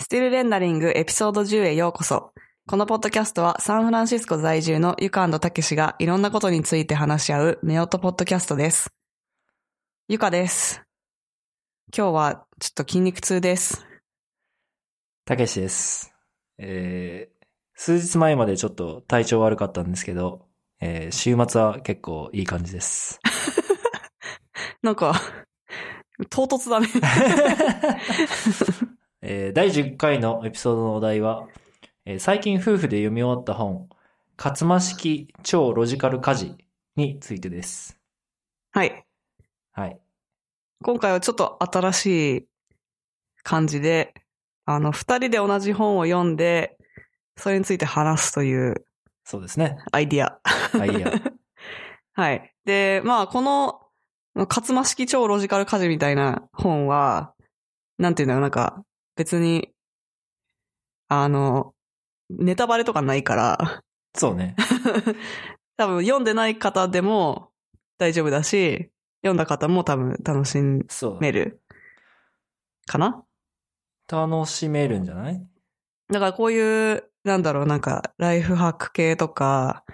スティルレンダリングエピソード10へようこそ。このポッドキャストはサンフランシスコ在住のゆかんとたけしがいろんなことについて話し合うメオトポッドキャストです。ゆかです。今日はちょっと筋肉痛です。たけしです。えー、数日前までちょっと体調悪かったんですけど、えー、週末は結構いい感じです。なんか、唐突だね。えー、第10回のエピソードのお題は、えー最近夫婦で読み終わった本、かつま式超ロジカル家事についてです。はい。はい。今回はちょっと新しい感じで、あの、二人で同じ本を読んで、それについて話すというそうですね。アイディア。あ、いいや。はい。で、まあ、この、勝間式超ロジカル家事みたいな本は、なんていうんだろう、なんか、別に、あの、ネタバレとかないから、そうね。多分読んでない方でも大丈夫だし、読んだ方も多分楽しそう。める、かな楽しめるんじゃないだからこういう、なんだろう、なんか、ライフハック系とか、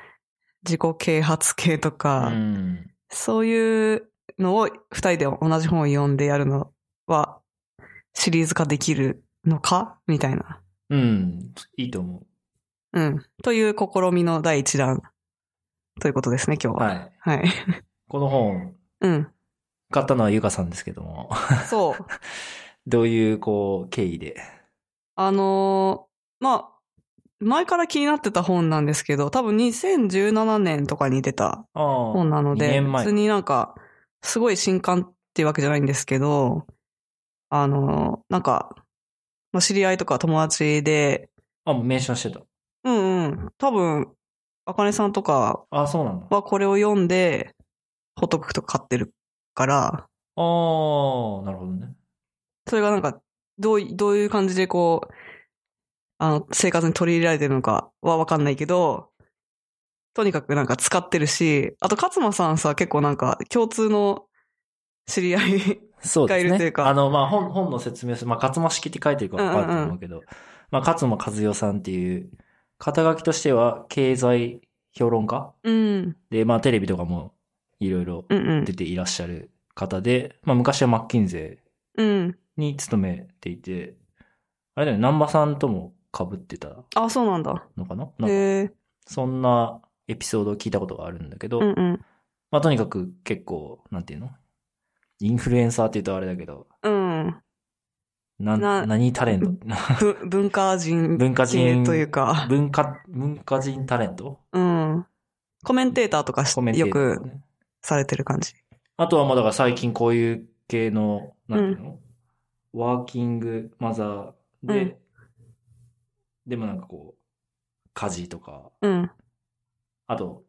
自己啓発系とうか、ん。そういうのを二人で同じ本を読んでやるのはシリーズ化できるのかみたいな。うん。いいと思うん。という試みの第一弾ということですね、今う。日は。はい。はい。この本、うん。買ったのはゆかさんですけども、そう。 どういう、こう、経緯で。あのーまあ、前から気になってた本なんですけど、多分2017年とかに出たああ。本なの2で、年前別になんか、すごい新刊っていうわけじゃないんですけど、あのーなんか、まあ、知り合いとか友達で、あ、もうメンションしてた。うんうん。多分、あかねさんとかあ、そうなんだ。あはこれを読んで、ホトクとか買ってるから、あー、なるほどね。それがなんか、どうい、どういう感じでこう、あの、生活に取り入れられてるのかはわかんないけど、とにかくなんか使ってるし、あと勝間さんさ、結構なんか共通の知り合い、そうです使えるね。というかあの、まあ、本、本の説明する。まあ、勝間式って書いてるから分かると思うけど、まあ、勝間和代さんっていう、肩書きとしては経済評論家うん、で、まあ、テレビとかもいろいろうんうん出、ていらっしゃる方で、まあ、昔はマッキンゼうん。ーに勤めていて、あれだよね、南波さんとも被ってたあ、そうなんだ。のかななんか、へえ、そんなエピソードを聞いたことがあるんだけど、うんうん、まあ、とにかく結構、なんていうのインフルエンサーって言うとあれだけど、うん。なな何タレントぶ文化人文化系人というか、 文化、文化人タレントうん。コメンテーターとかしコメンテよーターとくかね。されてる感じ。あとはまあだから最近こういう系の、なんていうの、ワーキングマザーで、うんでもなんかこう、家事とか、うん、あと、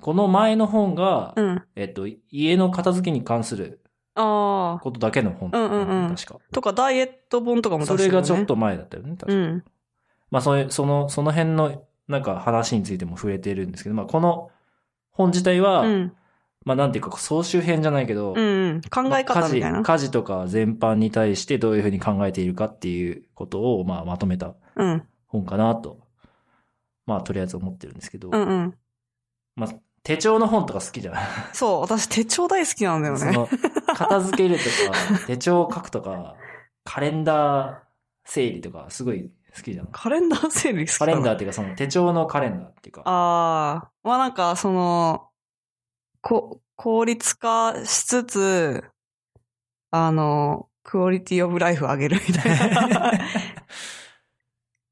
この前の本が、うん。えっと、家の片付けに関するああ。ことだけの本、うんうんうん確か。とか、ダイエット本とかもそ出してれるよがねちょっ。と前だったよね、確か。うん。まあそういう、その、その辺の、なんか話についても触れてるんですけど、まあこの本自体は、うん。まあなんていうか総集編じゃないけうど、んうん。考まあえ方みたい家な事、。家事とか全般に対してどういうふうに考えているかっていうことを、まあまとめたうん。本かなと、まあとりあえず思ってるんですけど、うんうん。まあ手帳の本とか好きじゃない、そう、私手帳大好きなんだよそね。の、片付けると か、手帳を書くとか、カレンダー整理とか、すごい好きじゃん。カレンダー整理好きカレンダーー。っていうか、その手帳のカレンダーっていうか、ああ。まあなんか、その、こ、効率化しつつ、あの、クオリティオブライフ上げるみたいな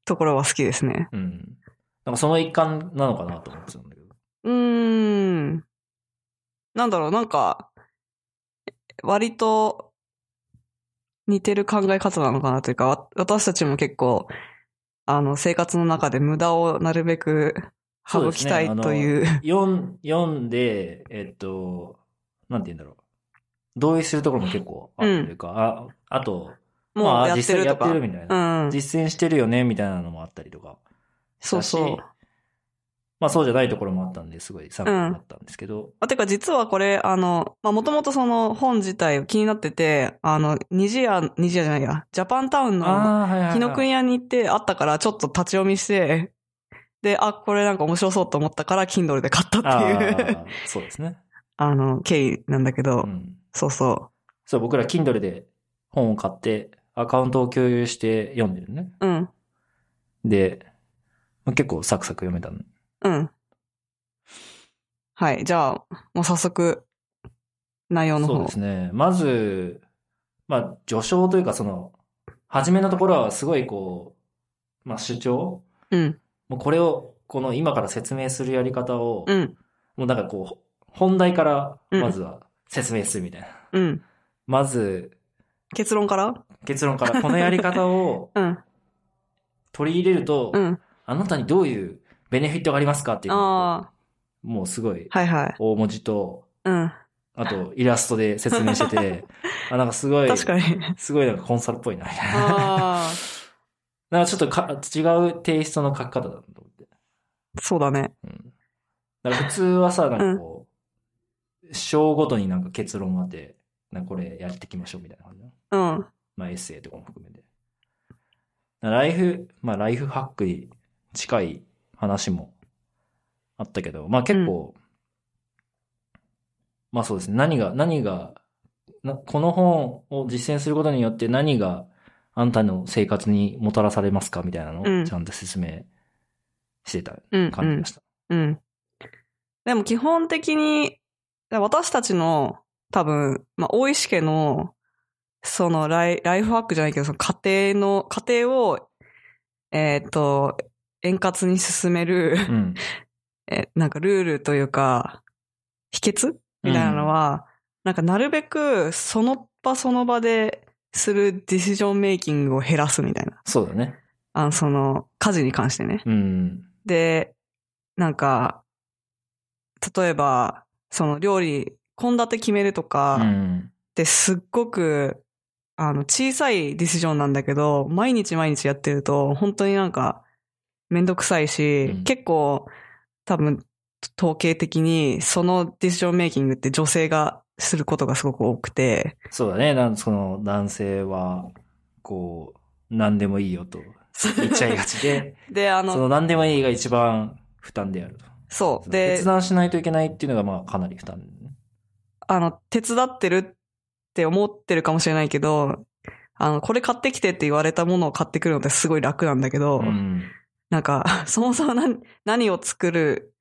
ところは好きですね。うん。なんかその一環なのかなと思ってたんだけど。うーん。なんだろう、なんか、割と似てる考え方なのかなというか、わ私たちも結構、あの、生活の中で無駄をなるべくそう省できすねたいという。読ん、読んで、えっと、なんて言うんだろう。同意するところも結構あるというか、ああと、 もまうあやっ実てる際やとっか。てるみたいうな、ん。実践してるよね、みたいなのもあったりとか。そうそう。まあそうじゃないところもあったんで、すごい参考になったんですけど、あ、てか実はこれ、あの、まあ、もともとその本自体気になってて、あの、ニジア、ニジアじゃないや、ジャパンタウンのあー、はいはいはい紀ノ国屋に行ってあったから、ちょっと立ち読みして、で、あ、これなんか面白そうと思ったから、Kindle で買ったっていう、あーそうですね。あの、経緯なんだけど、うん。そうそそう、僕ら Kindle で本を買って、アカウントを共有して読んでるね。う。うん、で、まあ結構サクサク読めたの。うん。はい、じゃあ、もう早速、内容の方。そうですね。まず、まあ、序章というか、その、初めのところはすごいこう、まあ主張うん、もうこれを、この今から説明するやり方を、うん、もうなんかこう、本題から、うんまずは説明するみたいな。うん。まず、結論から結論からこのやり 方をうん、取り入れると、うん。あなたにどういうベネフィットがありますかっていうのをああ、もうすごいはいはい。大文字と、うん。あとイラストで説明し てて、あ、なんかすごい、確かに。 すごいなんかコンサルっぽいな、みたいな。ああ、なんかちょっとか違うテイストの書き方だなと思って。そうだね。うん。だから普通はさ、なんかこう、章ごとになんか結論があって、なんかこれやっていきましょうみたいな感じなのうん。まあエッセイとかも含めて。ライフ、まあライフハックに近い話もあったけど、まあ結構、まあそうですね。何が、何が、なこの本を実践することによって何があんたの生活にもたらされますかみたいなのうんをちゃんと説明してたうん。感じがした。うん。うん。でも基本的に、私たちの多分、まあ、大石家の、そのライライフワークじゃないけど、その家庭の、家庭を、えーっ、と、円滑に進める、 うん。え、なんかルールというか、秘訣みたいなのは、なんかなるべくその場その場でするディシジョンメイキングを減らすみたいな。そうだね。あの、その、家事に関してね。うん。で、なんか、例えば、その料理、献立決めるとうかっん。てすっごく、あの、小さいディシジョンなんだけど、毎日毎日やってると、本当になんか、めんどくさいし、うん結構、多分、統計的に、そのディシジョンメイキングって女性がすることがすごく多くて、そうだね。なんその男性は、こう、何でもいいよと言っちゃいがちで、で、 あその、の何でもいいが一番負担であると。そう。で、決断しないといけないっていうのがまあかなり負担、ね。あの、手伝ってるって思ってるかもしれないけど、あの、これ買ってきてって言われたものを買ってくるのってすごい楽なんだけど、うん。なんか、 そもそも何何を作る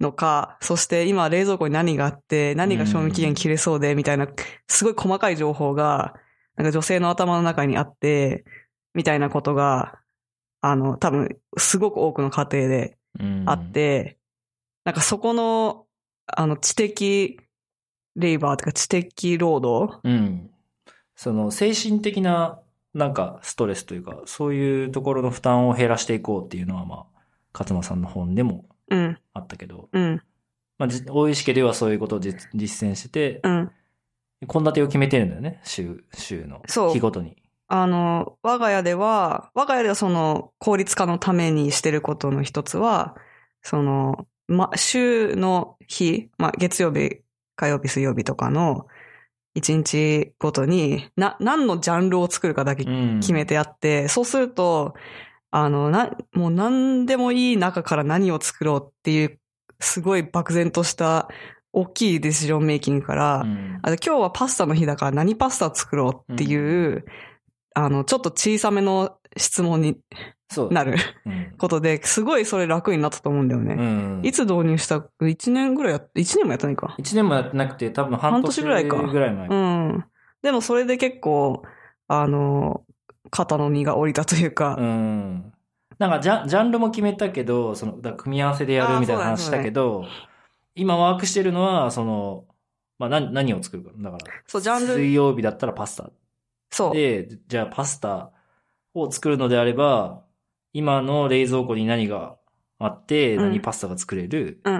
のか、そして今冷蔵庫に何があって、何が賞味期限切れそうで、みたいな、すごい細かい情報が、なんか女性の頭の中にあって、みたいなことが、あの、多分、すごく多くの家庭でうんあっ。て、なんかそこの、あの、知的レイバーとか知的労働うん。その精神的ななんかストレスというか、そういうところの負担を減らしていこうっていうのはまあ、勝間さんの本でもうん、あったけど、うん、まあ、じ大石家ではそういうことを実実践しててう、ん。献立を決めてるんだよね、週、週のそう日ごとに。あの、我が家では、我が家ではその効率化のためにしてることの一つは、その、ま、週の日、まあ、月曜日、火曜日、水曜日とかの一日ごとに、な、何のジャンルを作るかだけうん決めてあって、そうすると、あの、な、もう何でもいい中から何を作ろうっていう、すごい漠然とした大きいディシジョンメイキングから、うんあの今日はパスタの日だから何パスタ作ろうっていう、あの、ちょっと小さめの質問にそうだなね。る うんことで、すごいそれ楽になったと思うんだようね。ん。いつ導入した ?1 年ぐらいやっ、1年もやったないか。一年もやってなくて、多分半半年年ぐらいかぐらい前。うん。でもそれで結構、あの、肩の荷が下りたというか、うん。なんかジャン、ジャンルも決めたけど、その、だから組み合わせでやるみたいなあー話そしうだねたけど、今ワークしてるのは、その、まあ、何、何を作るか。だから、そう、ジャンル、水曜日だったらパスタ。そう。で、じゃあパスタを作るのであれば、今の冷蔵庫に何があって、うん何パスタが作れる。うん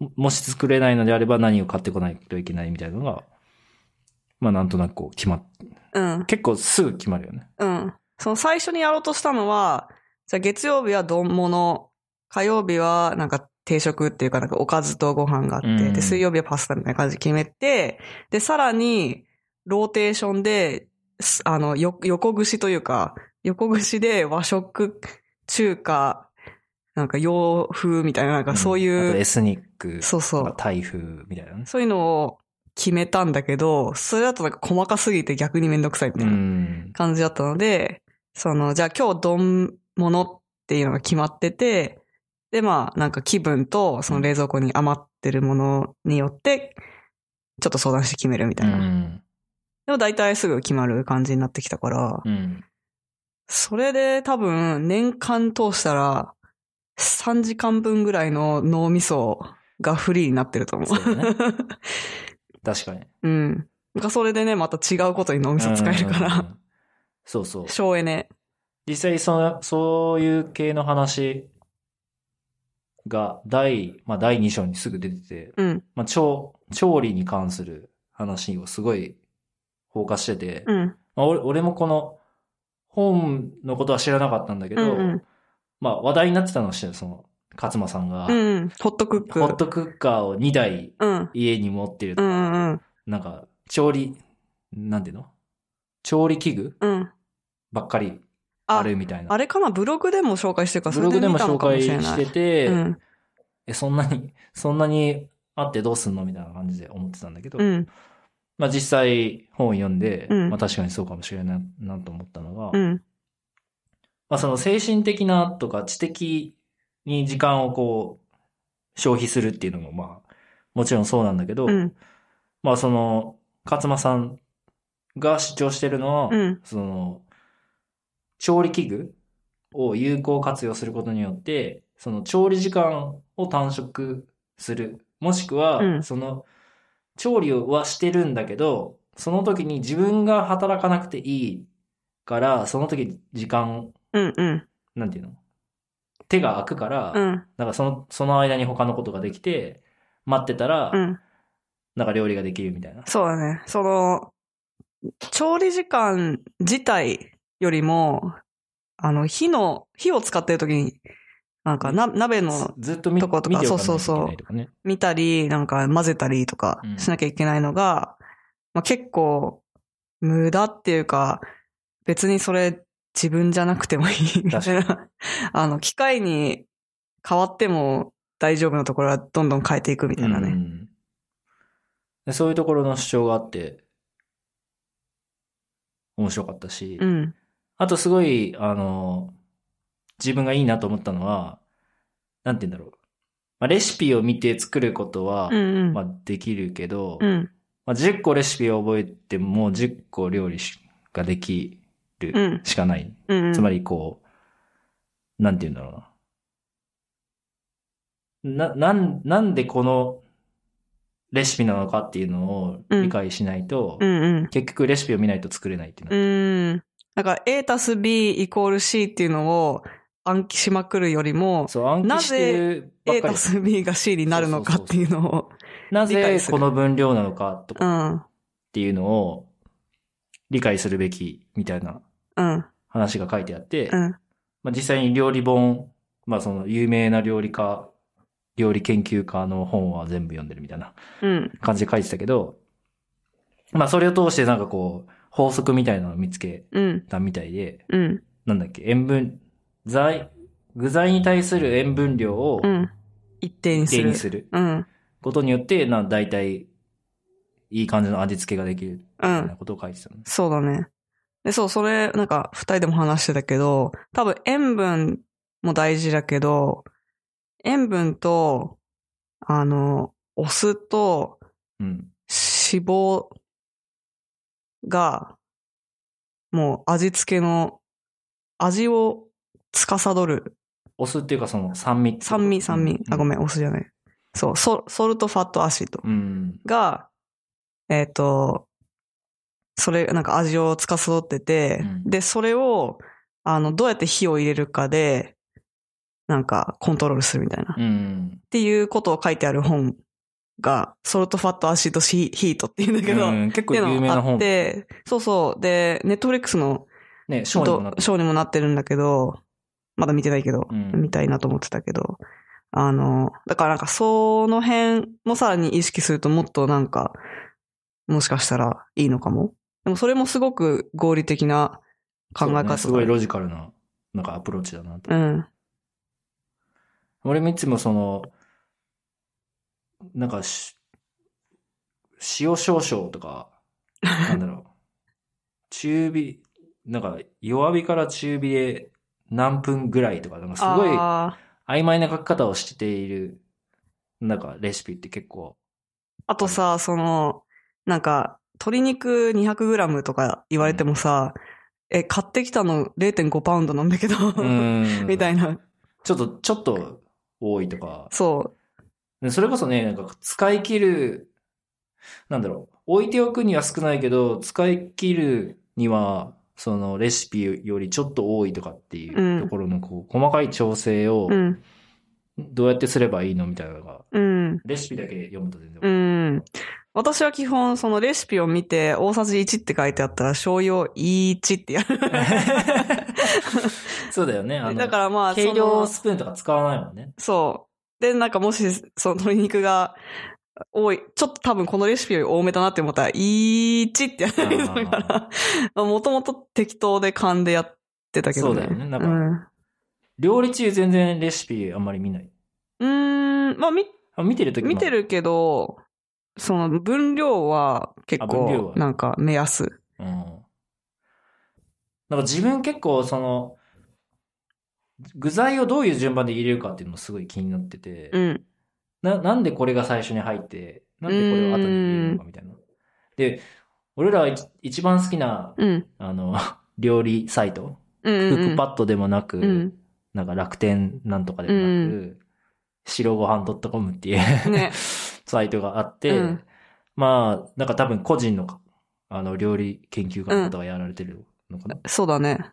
うん。ももし作れないのであれば何を買ってこないといけないみたいなのが、まあなんとなくこう決まっ、うん。結構すぐ決まるよね。うん。その最初にやろうとしたのは、じゃあ月曜日は丼物、火曜日はなんか定食っていうかなんかおかずとご飯があって、うんで、水曜日はパスタみたいな感じで決めて、で、さらに、ローテーションで、すあの、よ、横串というか、横串で和食、中華、なんか洋風みたいな、なんかそういう、んあとエスニック。そうそうまあ台風みたいなね。そういうのを決めたんだけど、それだとなんか細かすぎて逆にめんどくさいみたう。いなん感じだったので、その、じゃあ今日丼物っていうのが決まってて、で、まあ、なんか気分と、その冷蔵庫に余ってるものによって、ちょっと相談して決めるみたういな。ん。でも大体すぐ決まる感じになってきたから、うん。それで多分年間通したら、3時間分ぐらいの脳みそがフリーになってると思う。そ うだね確かに。うん。なんかそれでね、また違うことに脳みそ使えるかうんうんうら、ん。そうそう。省エネ。実際その、そういう系の話が、第、まあ第2章にすぐ出てて、うん。まあ調、調理に関する話をすごいフォーカスしてて、うん。まあ俺俺もこの本のことは知らなかったんだけうど、んうん。まあ話題になってたのを知ってる、その、勝間さんが、うんうん。ホットクック。ホットクッカーを2台うん。家に持ってるうとんうか、んなんか、調理、なんていうの調理器具うん。うん。ばっかりああ、るみたいな。あれかなブログでも紹介してるから、ブログでもそれ紹見たのか介しれないしてて、うん。え、そんなに、そんなにあってどうすんのみたいな感じで思ってたんだけど、うん。まあ実際本を読んで、うんまあ確かにそうかもしれないなと思ったのが、うん。まあその精神的なとか知的に時間をこう、消費するっていうのもまあ、もちろんそうなんだけど、うん。まあその、勝間さんが主張してるのは、うん。その、調理器具を有効活用することによって、その調理時間を短縮する。もしくは、うんその、調理はしてるんだけど、その時に自分が働かなくていいから、その時時間、うん。うん。なんていうの手が空くから、うん。なんかその、その間に他のことができて、待ってたら、うん。なんか料理ができるみたいな。そうだね。その、調理時間自体よりも、あの、火の、火を使ってる時に、なんかな、鍋のずずっと見とことか見ておかないそうそうそうといけないとかね。見たり、なんか混ぜたりとかうんしなきゃいけないのが、まあ、結構無駄っていうか、別にそれ自分じゃなくてもいいみたいな。 あの、機械に変わっても大丈夫なところはどんどん変えていくみたいなうね。んでそういうところの主張があって、面白かったし、うん。あとすごい、あの、自分がいいなと思ったのは、なんて言うんだろう。まあ、レシピを見て作ることは、うんうん。まあ、できるけど、うん。まあ、10個レシピを覚えても10個料理しができうん。るしかない。うんうん。つまりこう、なんて言うんだろうな。な、なん、なんでこのレシピなのかっていうのを理解しないと、うんうん。結局レシピを見ないと作れないっていううの。ーん。だから A たす B イコール C っていうのを暗記しまくるよりも、そう、暗記してるばっ A かりた。す B が C になるのかっていうのを。な理解ぜするこの分量なのかとうかっん。ていうのを理解するべきみたいなうん。話が書いてあって、うん。まあ、実際に料理本、まあその有名な料理家、料理研究家の本は全部読んでるみたいなうん。感じで書いてたけど、まあそれを通してなんかこう、法則みたいなのを見つけうん。たみたいで、うん。なんだっけ、塩分、材、具材に対する塩分量をうん。一定に一す定る。にするうん。ことによって、なん大体、いい感じの味付けができる、みう。たいなんことを書いてたのね。そうだね。で、そう、それ、なんか、二人でも話してたけど、多分塩分も大事だけど、塩分と、あの、お酢と、うん。脂肪が、もう味付けの、味を司る。お酢っていうかその酸味。酸味、酸味。あ、ごん。めん、お酢じゃない。そう、ソソルトファットアシドうん。が、えっ、と、それ、なんか味を司ってて、うんで、それを、あの、どうやって火を入れるかで、なんか、コントロールするみたいな。うん。っていうことを書いてある本が、ソルトファットアシドシヒートっていうんだけど、うん結って構いうの有名があなっ本。て、そうそう。で、ネットフリックスのね、賞にもなった。ショーにもなってるんだけど、まだ見てないけど、うん見たいなと思ってたけど、あの、だからなんかその辺もさらに意識するともっとなんか、もしかしたらいいのかも。でもそれもすごく合理的な考えそう方だねすごいロジカルな、なんかアプローチだなと。うん。俺もいつもその、なんかし、塩少々とか、なんだろ う。中火、なんか弱火から中火で何分ぐらいとか、なん かすごいあー曖昧な書き方をしている、なんかレシピって 結構、あとさ、その、なんか、鶏肉 200g とか言われてもさ、え、買ってきたの0.5パウンドなんだけど、 みたいいな。ちょっと、ちょっと多いとか、そう。でそれこそね、なんか使い切る、なんだろう、置いておくには少ないけど、使い切るには、そのレシピよりちょっと多いとかっていうところの、こう、細かい調整をう、ん。どうやってすればいいのみたいなのが、うん。レシピだけ読むと全然。うん。私は基本、そのレシピを見て、大さじ1って書いてあったら、醤油を1ってやる。 そうだよね。あの、 だからまあ、計量そのスプーンとか使わないもんね。そう。で、なんかもし、その鶏肉が多い、ちょっと多分このレシピより多めだなって思ったら、1ってやるあーだから、 まあもともと適当で勘でやってたけどね。そうだよねなんかうん料理中全然レシピあんまり見ない。うーん、まあ見あ見てるとき見てるけど、その分量は結あ分量構は、なんか目安。うん。なんか自分結構その、具材をどういう順番で入れるかっていうのもすごい気になってて、うん。な、なんでこれが最初に入って、なんでこれを後に入れるのかみたいな。で、俺らはい一番好きな、うん。あの、 料理サイト、うんクうんうん。ックパッドでもなく、うん。なんか楽天なんとかでもなく、うん白ご飯 .com っていう、ね サイトがあって、うんまあ、なんか多分個人の、あの、料理研究家の方がやられてるのかな。そうだね。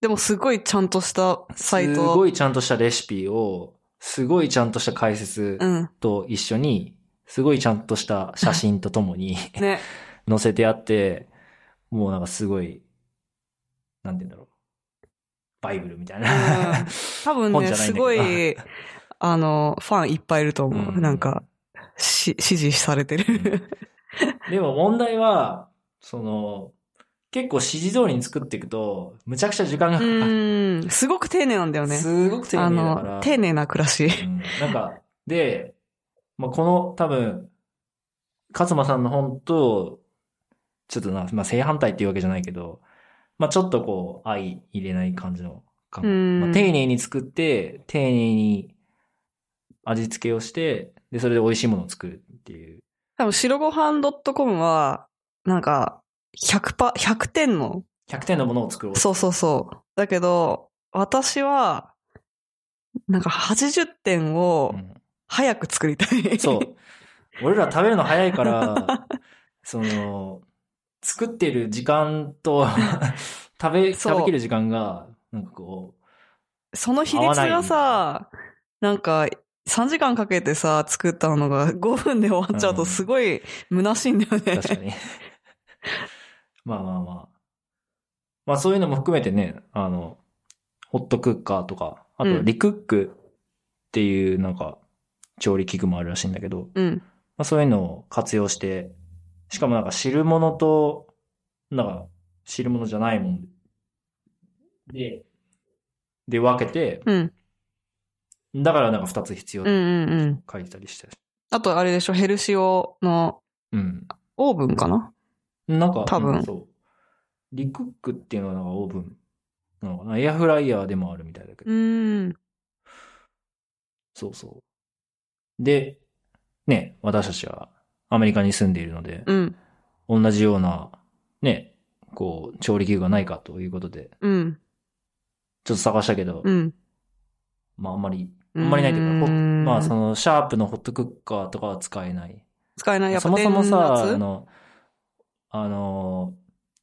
でもすごいちゃんとしたサイト。すごいちゃんとしたレシピを、すごいちゃんとした解説うん。と一緒に、すごいちゃんとした写真とともに ね。載せてあって、もうなんかすごい、なんて言うんだろう。バイブルみたいな。うん多分本じね、ゃないすんだけどごい、 あの、ファンいっぱいいると思う。うんなんか、し、支持されてる。でも問題は、その、結構指示通りに作っていくと、むちゃくちゃ時間がかかる。うん。すごく丁寧なんだよね。すごく丁あ寧だからの、。丁寧な暮らし。うんなんか、で、まあ、この多分、勝間さんの本と、ちょっとな、まあ、正反対っていうわけじゃないけど、まあ、ちょっとこう、相入れない感じの考うえんまあ、丁寧に作って、丁寧に味付けをして、で、それで美味しいものを作るっていう。多分、白ご飯 .com は、なんか、100パ、100点の100点のものを作ろう。そうそうそう。だけど、私は、なんか80点をうん早く作りたい。そう。俺ら食べるの早 いから、その、作ってる時間 と、食べ、そう食べきる時間が、なんかこその比率がさ、なんか、3時間かけてさ、作ったのが5分で終わっちゃうとすごい虚しいんだよう、ね。確かに。 まあまあまあ。まあそういうのも含めてね、あの、ホットクッカーとか、あうとんリクックっていうなんか、調理器具もあるらしいんだけど、 うん。まあそういうのを活用して、しかもなんか汁物と、なんか汁物じゃないもんで、で分けて、うん。だからなんか二つ必要うんうんうん。書いてたりして。あとあれでしょ、ヘルシオのうん。オーブンかななんか、多分うんそう。リクックっていうのはなんかオーブンなのかなエアフライヤーでもあるみたいだけど。うん。そうそう。で、ね、私たちはアメリカに住んでいるので、うん。同じような、ね、こう、調理器具がないかということで、うん。ちょっと探したけど、うん。まああんまり、あんまりないというか、うほーんまあその、シャープのホットクッカーとかは使えない。使えない。やっぱそもそも電さ、圧あの、あの、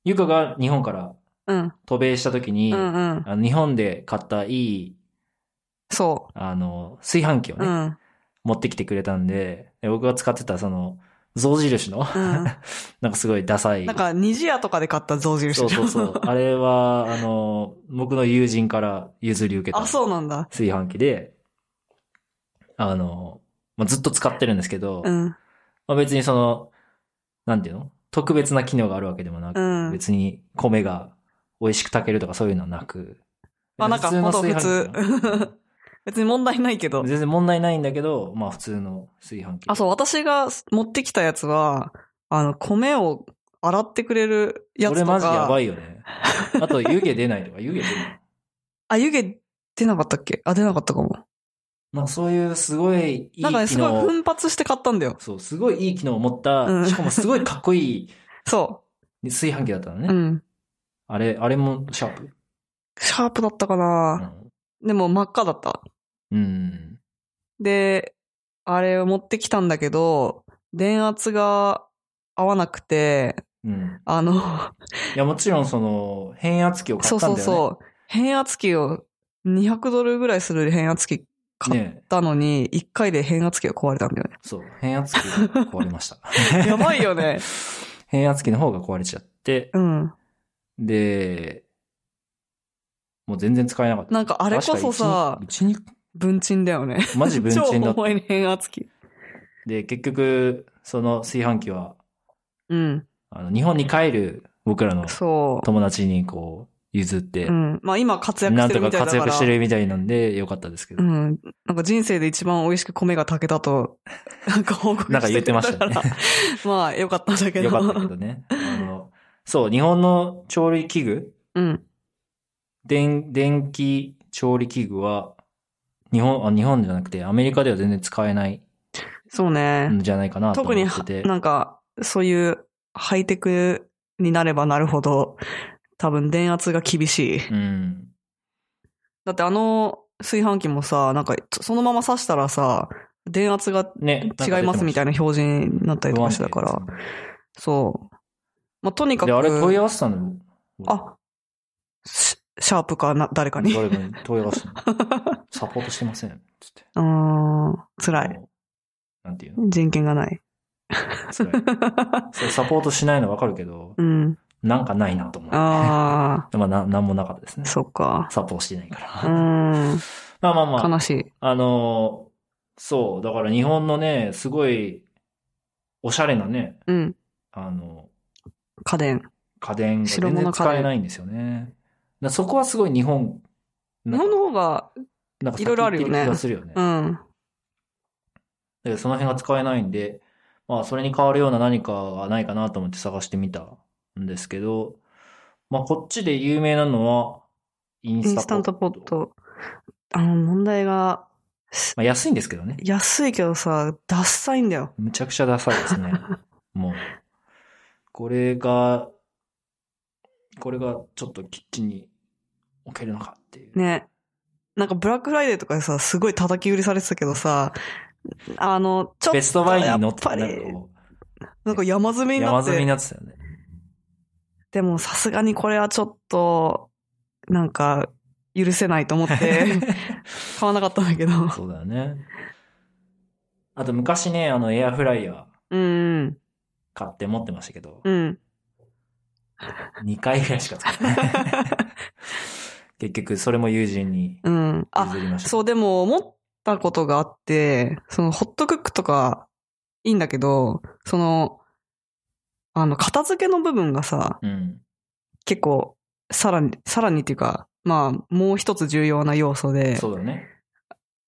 ゆかが日本からうん。渡米した時に、うんうん。あの日本で買ったいい、そあの、炊飯器をう。うね、ん。持ってきてくれたんで、で僕が使ってたその、象印の、 うんなんかすごいダサい。なんか、虹屋とかで買った象印そうそ うそう。あれは、あの、僕の友人から譲り受けたあ、そうなんだ。炊飯器で、あの、まあ、ずっと使ってるんですけど、うん。まあ、別にその、なんていうの特別な機能があるわけでもなく、うん別に米が美味しく炊けるとかそういうのはなく。まあなんかのほんと炊飯器 かな別に問題ないけど。全然問題ないんだけど、まあ普通の炊飯器。あ、そう、私が持ってきたやつは、あの、米を洗ってくれるやつことれか。マジやばいよね。あと湯気出ないとか、湯気出ない。あ、湯気出なかったっけあ、出なかったかも。まあそういうすごいいい機なんかね、すごい能を奮発して買ったんだよ。そう、すごいいい機能を持っうた、んしかもすごいかっこいそい炊飯器だったのう。ね。うん。あれ、あれもシャープ。シャープだったかな、でも真っ赤だった。うん。うんで、あれを持ってきたんだけど、電圧が合わなくて、うん。あの、いや、もちろんその、変圧器を買そうったそんうだよね。そう。変圧器を、200ドルぐらいする変圧器買っねたのに、1回で変圧器が壊れたんだよね。そう、変圧器が壊れました。 やばいよね。 変圧器の方が壊れちゃってう、ん。で、もう全然使えなかった。なんかあれこそさ確か一日一文鎮だよね。日マジ分超身だった重。い変圧器。で、結局、その炊飯器は、うん。あの、日本に帰る僕らのそう。友達にこう、譲って、うん。まあ今活躍しなんてるとみかたいだから。活躍してるみたいなんで、よかったですけうど。ん。なんか人生で一番美味しく米が炊けたと、 なんか報告してなんか言ってましたねくれから。 まあ良かったんだけど。よかったけどね。あの、そう、日本の調理器具、うん。電、電気調理器具は、日本、あ、日本じゃなくて、アメリカでは全然使えないそうね。んじゃないかなと思特っにてて。なんか、そういうハイテクになればなるほど、多分電圧が厳しい。うん。だってあの炊飯器もさ、なんかそのまま刺したらさ、電圧がね。違いますみたいなな表示になったんり出とまかししてたたね。から。そう。まあ、とにかく。で、あれ問い合わせたのあシシャープかな、誰かに。う誰かに問い合 わせたのサポートしてません。つって。ーん、辛い。もうなんていうの人権がない。辛いそれサポートしないのわかるけどう、ん。なんかないなと思って。あまあ、な、なんもなかったですね あ、。そっか。サポートしてないかうら。ーん、まあまあまあ。悲しい。あのーそう、だから日本のね、すごい、おしゃれなね、うん、あの、家電。家電が白全物家然電使えないんですよね。だそこはすごい日本、日本の方が、なんか先いろいろあるよね行って気がするよね。うだん、けどその辺が使えないんで、まあそれに変わるような何かがないかなと思って探してみたんですけど、まあこっちで有名なのは、インイスンタスタントポポッット。ト。あの、問題が、まあ安いんですけどね。安いけどさ、ダッサいんだよ。むちゃくちゃダサいで すね。もう。これが、これがちょっとキッチンに置けるのかっていう。ね。なんかブラックフライデーとかでさ、すごい叩き売りされてたけどさ、あの、ちょっと、ベストバイにや乗っってぱりなんかこなんか山積みにうな山っ積みにて。なってたよね。でもさすがにこれはちょっと、なんか、許せないと思って、 買わなかったんだけど。そうだよね。あと昔ね、あのエアフライヤーうん。買って持ってましたけど、うん。 2回ぐらいしか使っ てない。結局それも友人にうん。あ、譲りました。そう、でも思ったことがあって、そのホットクックとかいいんだけど、その、あの、片付けの部分がさ、うん。結構、さらに、さらにっていうか、まあ、もう一つ重要な要素で、そうだよね。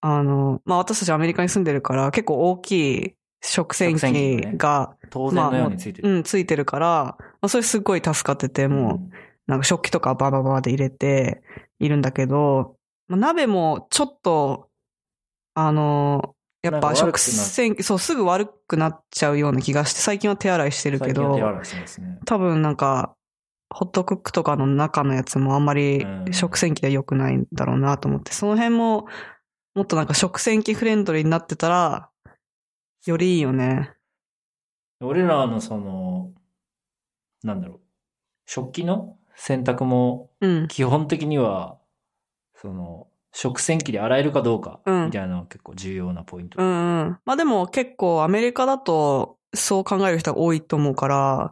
あの、まあ私たちアメリカに住んでるから、結構大きい食洗食洗機機ねが、当然のようについてる。うん、ついてるから、まあ、それすっごい助かってて、もう、なんか食器とかババババで入れているんだけど、まあ、鍋もちょっと、あのーやっなんぱか悪く食な洗機、そう、すぐ悪くなっちゃうような気がして、最近は手洗いしてうんるけ最近は手ど、洗いしてますね。多分なんか、ホットクックとかの中のやつもあんまりうん食洗機では良くないんだろうなと思って、その辺も、もっとなんか食洗機フレンドリーになってたら、よりいいよね。俺らのその、なんだろう、食器の洗濯もうん。基本的には、その、食洗機で洗えるかどうか、うんみたいなのが結構重要なポイント。うんうん。まあでも結構アメリカだとそう考える人が多いと思うから、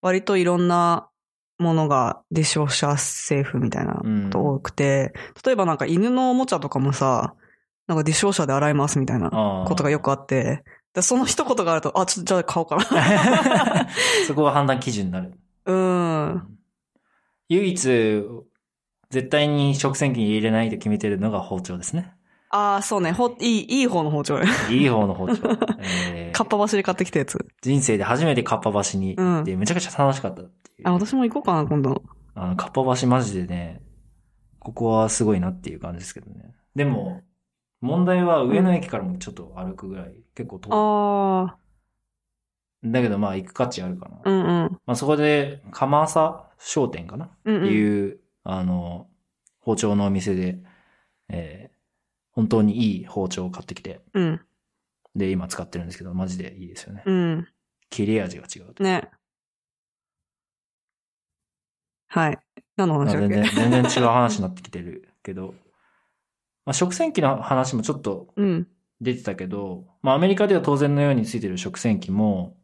割といろんなものがディショシャセーフみたいなこと多くて、例えばなんか犬のおもちゃとかもさ、なんか、ディッシュウォッシャーで洗いますみたいなあーことがよくあって、でその一言があると、あ、ちょっとじゃあ買おうか そこが判断基準になる。な。うん。唯一、絶対に食洗機に入れないと決めてるのが包丁です ね。ああ、そうね。ほ、いい、いい方の包丁。いい方の包丁。えーかっぱ橋で買ってきたやつ。人生で初めてかっぱ橋に行って、めちゃくちゃ楽しかったっていう。あ、私も行こうかな、今度。あの、かっぱ橋マジでね、ここはすごいなっていう感じですけどね。でも、問題は上野駅からもちょっと歩くぐらい、結構遠ああ、い。だけどまあ行く価値あるかな。うんうん。まあそこで、釜浅商店かなうんっうてん。いう、あの、包丁のお店で、えー本当にいい包丁を買ってきて、うん。で、今使ってるんですけど、マジでいいですよね。うん。切れ味が違うと。ね。はい。何のまあ話だっ全け然、全然違う話になってきてるけど、まあ、食洗機の話もちょっとうん。出てたけど、まあアメリカでは当然のようについてる食洗機も、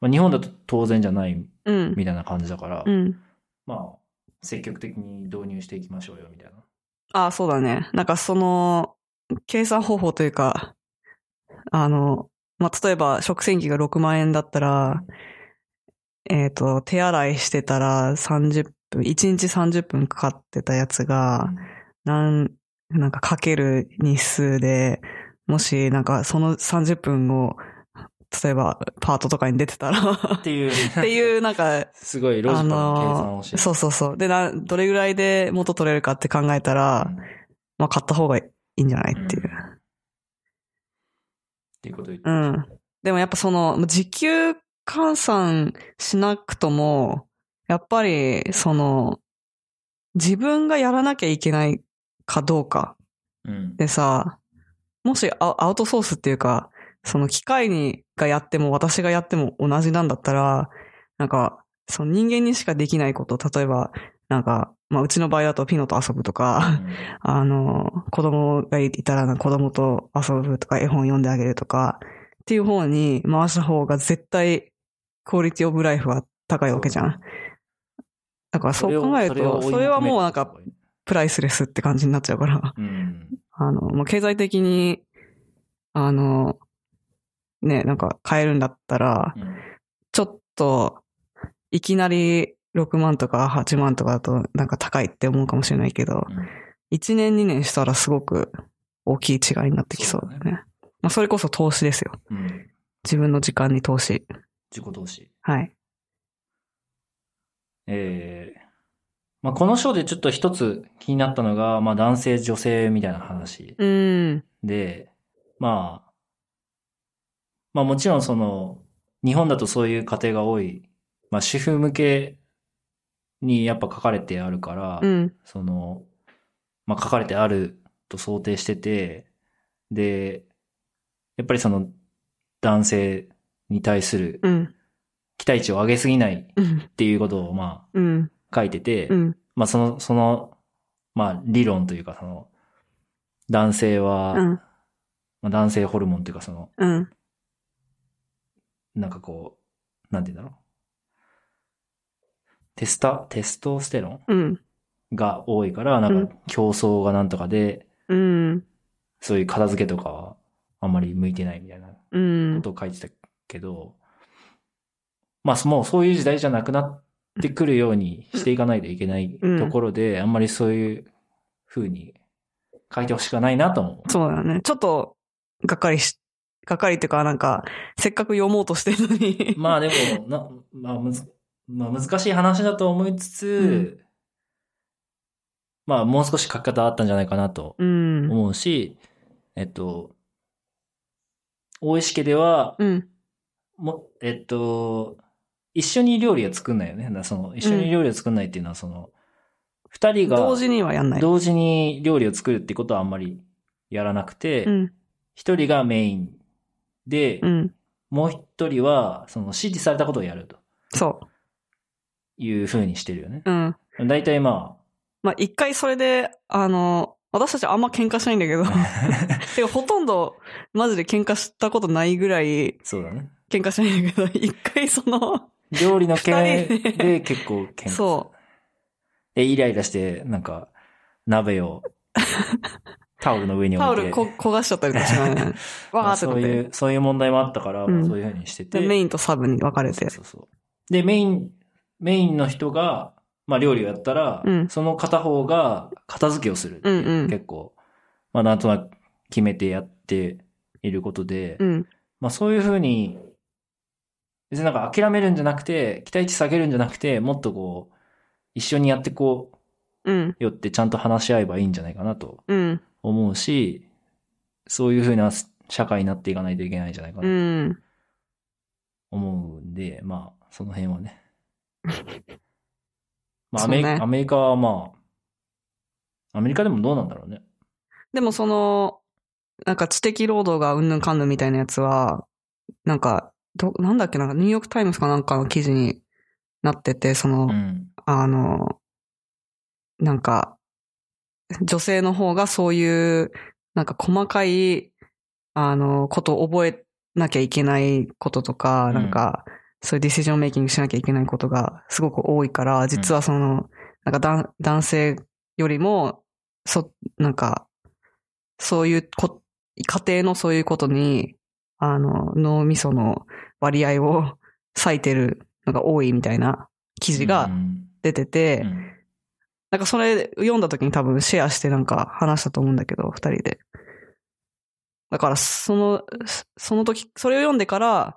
まあ、日本だと当然じゃないうん。みたいな感じだから、うん。まあ積極的に導入していきましょうよみたいな。ああ、そうだね。なんかその、計算方法というか、あの、まあ、例えば食洗機が6万円だったら、えっ、と、手洗いしてたら30分、1日30分かかってたやつが、なん、なんかかける日数で、もしなんかその30分を、例えばパートとかに出てたら、っっ ていう、ていうなんか、すごい ロジあカルな計算のをしてー、るそうそうそう。で、な、どれぐらいで元取れるかって考えたら、うんまあ買った方がいいんじゃないっていう。んっていうこと言ってうまん。したでもやっぱその、時給換算しなくとも、やっぱり、その、自分がやらなきゃいけないかどうかうん。でさ、もしアアウトソースっていうか、その機械にがやっても私がやっても同じなんだったら、なんか、その人間にしかできないこと、例えば、なんか、まあうちの場合だとピノと遊ぶとか、 あの、子供がいたら子供と遊ぶとか絵本読んであげるとか、っていう方に回した方が絶対クオリティオブライフは高いわけじゃん。だからそう考えると、それはもうなんか、プライスレスって感じになっちゃうから。うん。あの、もう経済的に、あの、ね、なんか買えるんだったら、うんちょっと、いきなり6万とか8万とかだとなんか高いって思うかもしれないけど、うん1年2年したらすごく大きい違いになってきそうだね。そうだまあそれこそ投資ですよ。うん。自分の時間に投資。自己投資。はい。ええまあ、この章でちょっと一つ気になったのが、まあ、男性、女性みたいな話うん。で、まあ、まあ、もちろんその、日本だとそういう家庭が多い、まあ、主婦向けにやっぱ書かれてあるから、うん。その、まあ、書かれてあると想定してて、で、やっぱりその、男性に対するうん。期待値を上げすぎないっうん。ていうことを、まうん。あ、書いてて、うん。まあ、その、その、まあ、理論というか、その、男性は、うん。まあ、男性ホルモンというか、その、うん。なんかこう、なんて言うんだろう。テスタ、テストステロンうん。が多いから、なうんかん競争がなんとかで、うん。そういう片付けとかはあんまり向いてないみたいなこうん。とを書いてたけど、まあもうそういう時代じゃなくなってくるようにしていかないといけないうんところで、あんまりそういう風に書いてほしくはないなと思う。そうだよね。ちょっと、がっかりし、がっかりっていうか、なんか、せっかく読もうとしてるのに。まあでも、なまあむずまあ、難しい話だと思いつつ、うんまあもう少し書き方あったんじゃないかなとうん。思うし、えっと、大石家では、うん。も、えっと、一緒に料理を作んないよね。だからその、一緒に料理を作んないっていうのは、その、二、人が同時にはやんない。同時に料理を作るってことはあんまりやらなくてう、ん。一、人がメインで、うん。もう一人は、その、指示されたことをやるとそいう風にしてるよね。う。うん。大体ままあ、一回それで、あの、私たちあんま喧嘩しないんだ けど、あ、てかほとんど、マジで喧嘩したことないぐらい、そうだね。喧嘩しないんだけど、一回その、料理の二件人でで結構喧嘩するそで、イライラして、なんか、鍋をタオルの上にタオ置いルて。こ焦がしちゃったりとかし ないね。まわーあってそなっういて。う、そういう問題もあったから、うんそういうふうにしてて。で、メインとサブに分かれて。そうそうそうで、メイン、メインの人が、まあ料理をやったら、うんその片方が片付けをするっていう、うんうん結構、まあなんとなく決めてやっていることで、うん。まあそういうふうに、別になんか諦めるんじゃなくて、期待値下げるんじゃなくて、もっとこう、一緒にやってこうん。うよってちゃんと話し合えばいいんじゃないかなとうん。思うし、そういうふうな社会になっていかないといけないんじゃないかなうとん。思うんで、まあ、その辺は ね。まあ、アそうメねリカ、アメリカはまあ、アメリカでもどうなんだろうね。でもその、なんか知的労働がうんぬんかんぬんみたいなやつは、なんか、ど、なんだっけな、ニューヨークタイムズかなんかの記事になってて、その、うん。あの、なんか、女性の方がそういう、なんか細かい、あの、ことを覚えなきゃいけないこととか、うんなんか、そういうディシジョンメイキングしなきゃいけないことがすごく多いから、実はその、なんかだん男性よりも、そ、なんか、そういうこ、家庭のそういうことに、あの、脳みその割合を割いてるのが多いみたいな記事がうん出てて、うんなんかそれ読んだ時に多分シェアしてなんか話したと思うんだけど、二人で。だからその、その時、それを読んでから、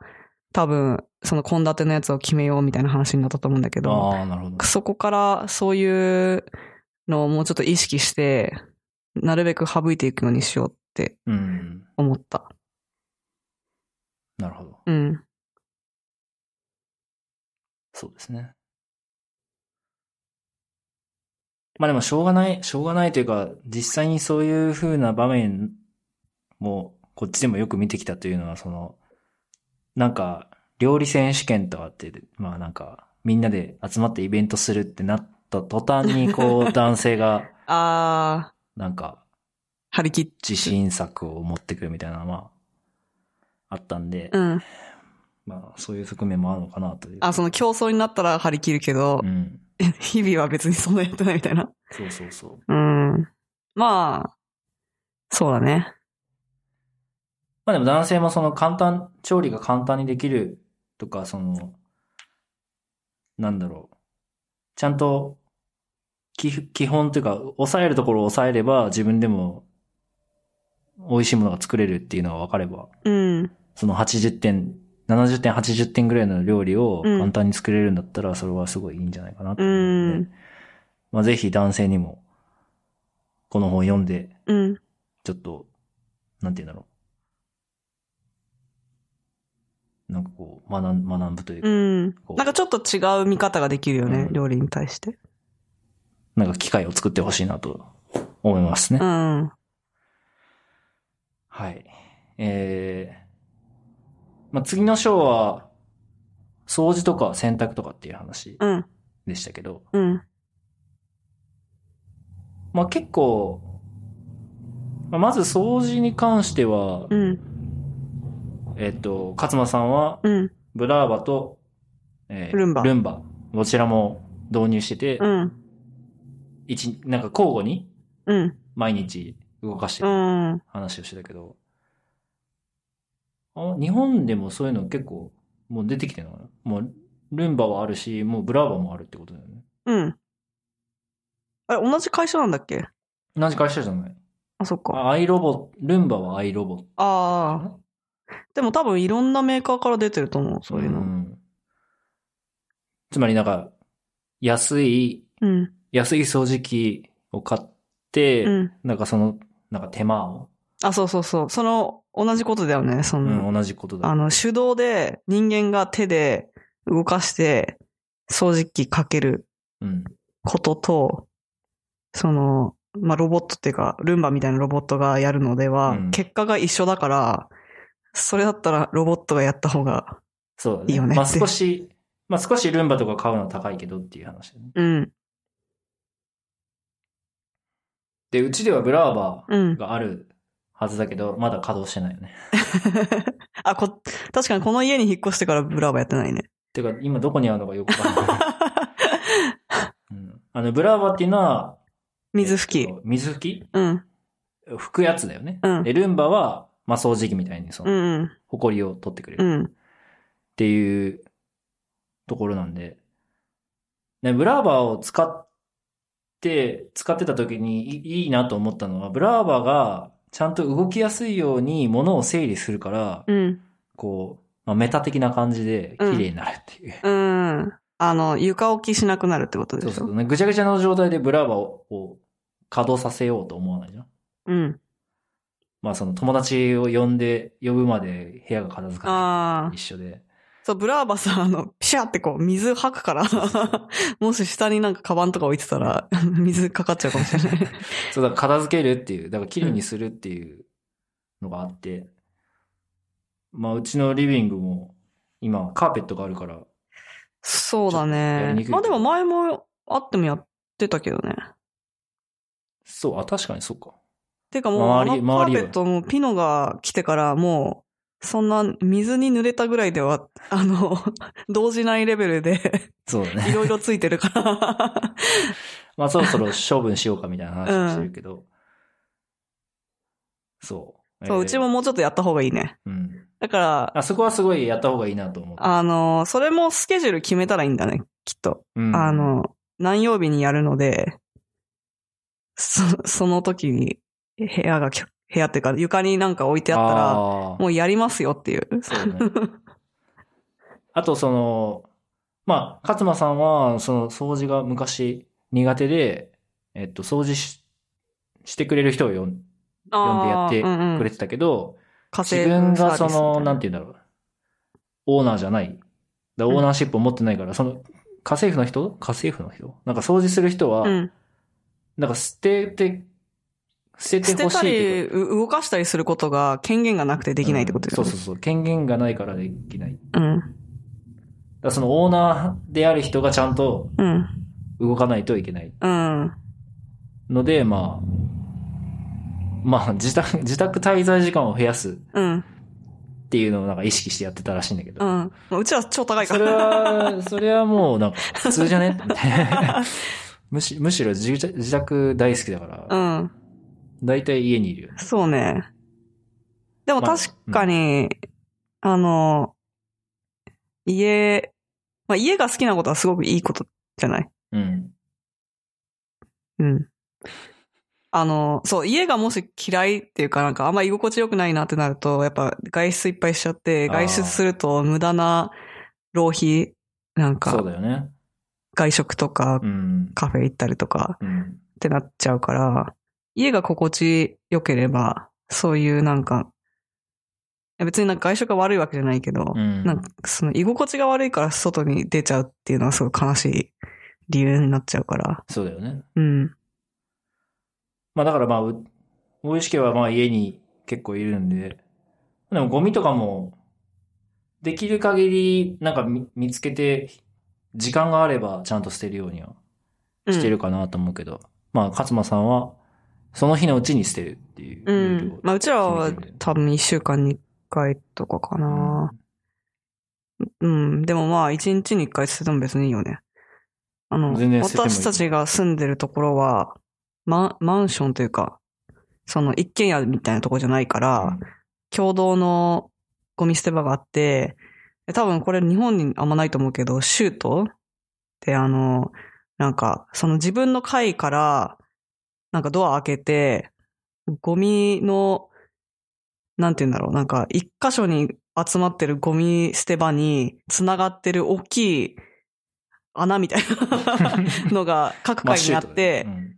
多分その献立のやつを決めようみたいな話になったと思うんだけど、ああ、なるほど。そこからそういうのをもうちょっと意識して、なるべく省いていくようにしようってうん。思った。なるほど。うん。そうですね。まあでも、しょうがない、しょうがないというか、実際にそういう風な場面も、こっちでもよく見てきたというのは、その、なんか、料理選手権とかって、まあなんか、みんなで集まってイベントするってなった途端に、こう、男性が、あー、なんか、張り切っ、自信作を持ってくるみたいなのは、あったんで、うん。まあ、そういう側面もあるのかなという。あ、その競争になったら張り切るけどう、ん。 日々は別にそんなやってないみたいな。そうそうそう。うん。まあ、そうだね。まあでも男性もその簡単、調理が簡単にできるとか、その、なんだろう。ちゃんと、基基本というか、抑えるところを抑えれば自分でも美味しいものが作れるっていうのが分かれば、うん。その80点、70点、80点ぐらいの料理をうん簡単に作れるんだったら、それはすごいいいんじゃないかなと思ううのでん。まあぜひ男性にも、この本読んで、うん。ちょっと、なんて言うんだろう。なんかこう、学ん学ぶといううか、ん。こうなんかちょっと違う見方ができるよね、うん料理に対して。なんか機会を作ってほしいなと思いますね。うん。はい。えー、まあ、次の章は、掃除とか洗濯とかっていう話うん。でしたけど、うん。まあ、結構、まあ、まず掃除に関しては、うん。えっ、と、勝間さんは、うん。ブラーバと、えールンバルンバ。どちらも導入してて、うん。一、なんか交互にうん。毎日動かしてうるん。話をしてたけど、あ日本でもそういうの結構もう出てきてるのかなもうルンバはあるし、もうブラーバもあるってことだよね。うん。あれ、同じ会社なんだっけ同じ会社じゃないあ、そっか。あアイロボ、ルンバはアイロボ。ああ。でも多分いろんなメーカーから出てると思う、そういうの。んつまりなんか、安い、うん。安い掃除機を買って、うん。なんかその、なんか手間を、あ、そうそうそう。その、同じことだよね、その。うん、同じことだ。あの、手動で人間が手で動かして掃除機かけるうん。ことと、その、まあ、ロボットっていうか、ルンバみたいなロボットがやるのでは、うん結果が一緒だから、それだったらロボットがやった方が、そうだね。いいよねまあって少し、まあ少しルンバとか買うのは高いけどっていう話だね。うん、で、うちではブラーバうんー。があるはずだけど、まだ稼働してないよね。あ、こ、確かにこの家に引っ越してからブラーバやってないね。てか、今どこにあるのかよくわかんない。 うん、あの、ブラーバーっていうのは、水拭えっき。と水拭きうん。拭くやつだよね。うんでルンバは、まあ、掃除機みたいにそうんの、うん。ほこりを取ってくれるう。ん。っていうところなんで、ね、ブラーバーを使って、使ってた時にいいいなと思ったのは、ブラーバーがちゃんと動きやすいように物を整理するから、うん。こう、まあ、メタ的な感じで綺麗になるっていう。うん。あの、床置きしなくなるってことでしそょうそうね。ぐちゃぐちゃの状態でブラーバーをこう稼働させようと思わないじゃん。うん。まあその友達を呼んで、呼ぶまで部屋が片付かないああ。一緒で。そう、ブラーバさん、あの、ピシャってこう、水吐くから そうそうそう、もし下になんかカバンとか置いてたら、水かかっちゃうかもしれない。そう、だから片付けるっていう、だから綺麗にするっていうのがあって、まあ、うちのリビングも、今、カーペットがあるから、そうだやりにねくい。けどまあでも前もあってもやってたけどね。そう、あ、確かにそうか。てかもう、あの周りカ周ーりペはットもピノが来てからもう、そんな水に濡れたぐらいでは、あの、 動じないレベルで、 そうだいね。ろいろついてる から。まあ、そろそろ処分しようかみたいな話をしてるけど、そう。そう、えーうちも。もうちょっとやった方がいいね。うん。だから、あそこはすごいやった方がいいなと思う。あの、それもスケジュール決めたらいいんだね、きっと。うん、あ、の、何曜日にやるので、そその時に部屋がきょ、部屋っていうか床になんか置いてあったら、あーもうやりますよっていう。そうね。 あと、その、まあ、勝間さんは、その、掃除が昔苦手で、えっと、掃除ししてくれる人を呼んあー呼んでやうんうってんくれてたけど、家自分政婦サービスみたいながその、なんて言うんだろう、オーナーじゃない。だからオーナーシップを持ってないから、その、家政婦の人家政婦の人なんか掃除する人は、うん、なんか捨てて、捨て捨ててほしたいってり、こと。う動かしたりすることが権限がなくてできないってことですうんよそねう。そうそう。権限がないからできない。だかうん。らそのオーナーである人がちゃんとうん。動かないといけない。うん。ので、まあ、まあ、自宅、自宅滞在時間を増やすっうん。ていうのをなんか意識してやってたらしいんだけど。うん。うちは超高いかそれら。は、それはもうなんか普通じゃねみたいな むしむしろ自宅自宅大好きだから、 うん。大体家にいるよね。そうね。でもまあ確かに、あの、家、まあ、家が好きなことはすごくいいことじゃないうん。うん。あの、そう、家がもし嫌いっていうかなんかあんま居心地良くないなってなると、やっぱ外出いっぱいしちゃって、あ外ー出すると無駄な浪費、なんそうかだよね。外食とかうん。カフェ行ったりとかうん。ってなっちゃうから、家が心地良ければ、そういうなんか、いや別になんか外食が悪いわけじゃないけどう、ん。なんかその居心地が悪いから外に出ちゃうっていうのはすごい悲しい理由になっちゃうから、そうだよね。うん、まあだからまあ、う大石家はまあ家に結構いるんで、でもゴミとかも、できる限り、なんか見見つけて、時間があればちゃんと捨てるようにはしてるかなと思うけど、まあ勝間さんは、その日のうちに捨てるっていううルールんを。まあ、うちらは決めてるんだ多分一週間に一回とかかな。うん。でもまあ、一日に一回捨てても別にいいよね。あの、全然捨ててもいい私たちが住んでるところは、マンマンションというか、その一軒家みたいなとこじゃないから、 うん共同のゴミ捨て場があって、で多分これ日本にあんまないと思うけど、州都ってあの、なんか、その自分の階から、なんかドア開けて、ゴミの、なんて言うんだろう、なんか一箇所に集まってるゴミ捨て場に繋がってる大きい穴みたいなのが各ま階にあっシュートて、だね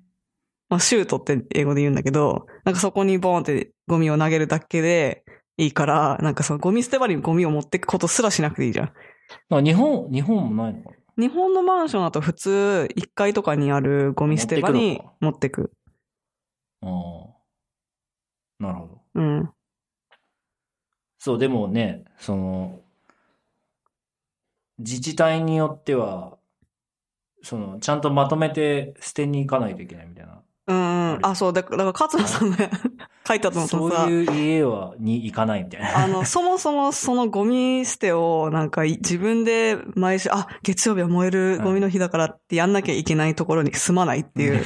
まあ、シュートって英語で言うんだけど、なんかそこにボーンってゴミを投げるだけでいいから、なんかそのゴミ捨て場にゴミを持っていくことすらしなくていいじゃん。うんなんか日本、日本もないのかな日本のマンションだと普通1階とかにあるゴミ捨て場に持ってく。ああ。なるほど。うん。そう、でもね、その、自治体によっては、その、ちゃんとまとめて捨てに行かないといけないみたいな。 うんうん。あ、そう。だから、だから勝間さんが、書いてあったのそとうさ、いう家は、に行かないみたいな。あの、そもそもそのゴミ捨てをなんかい自分で毎週、あ、月曜日は燃えるゴミの日だからってやんなきゃいけないところに住まない っていう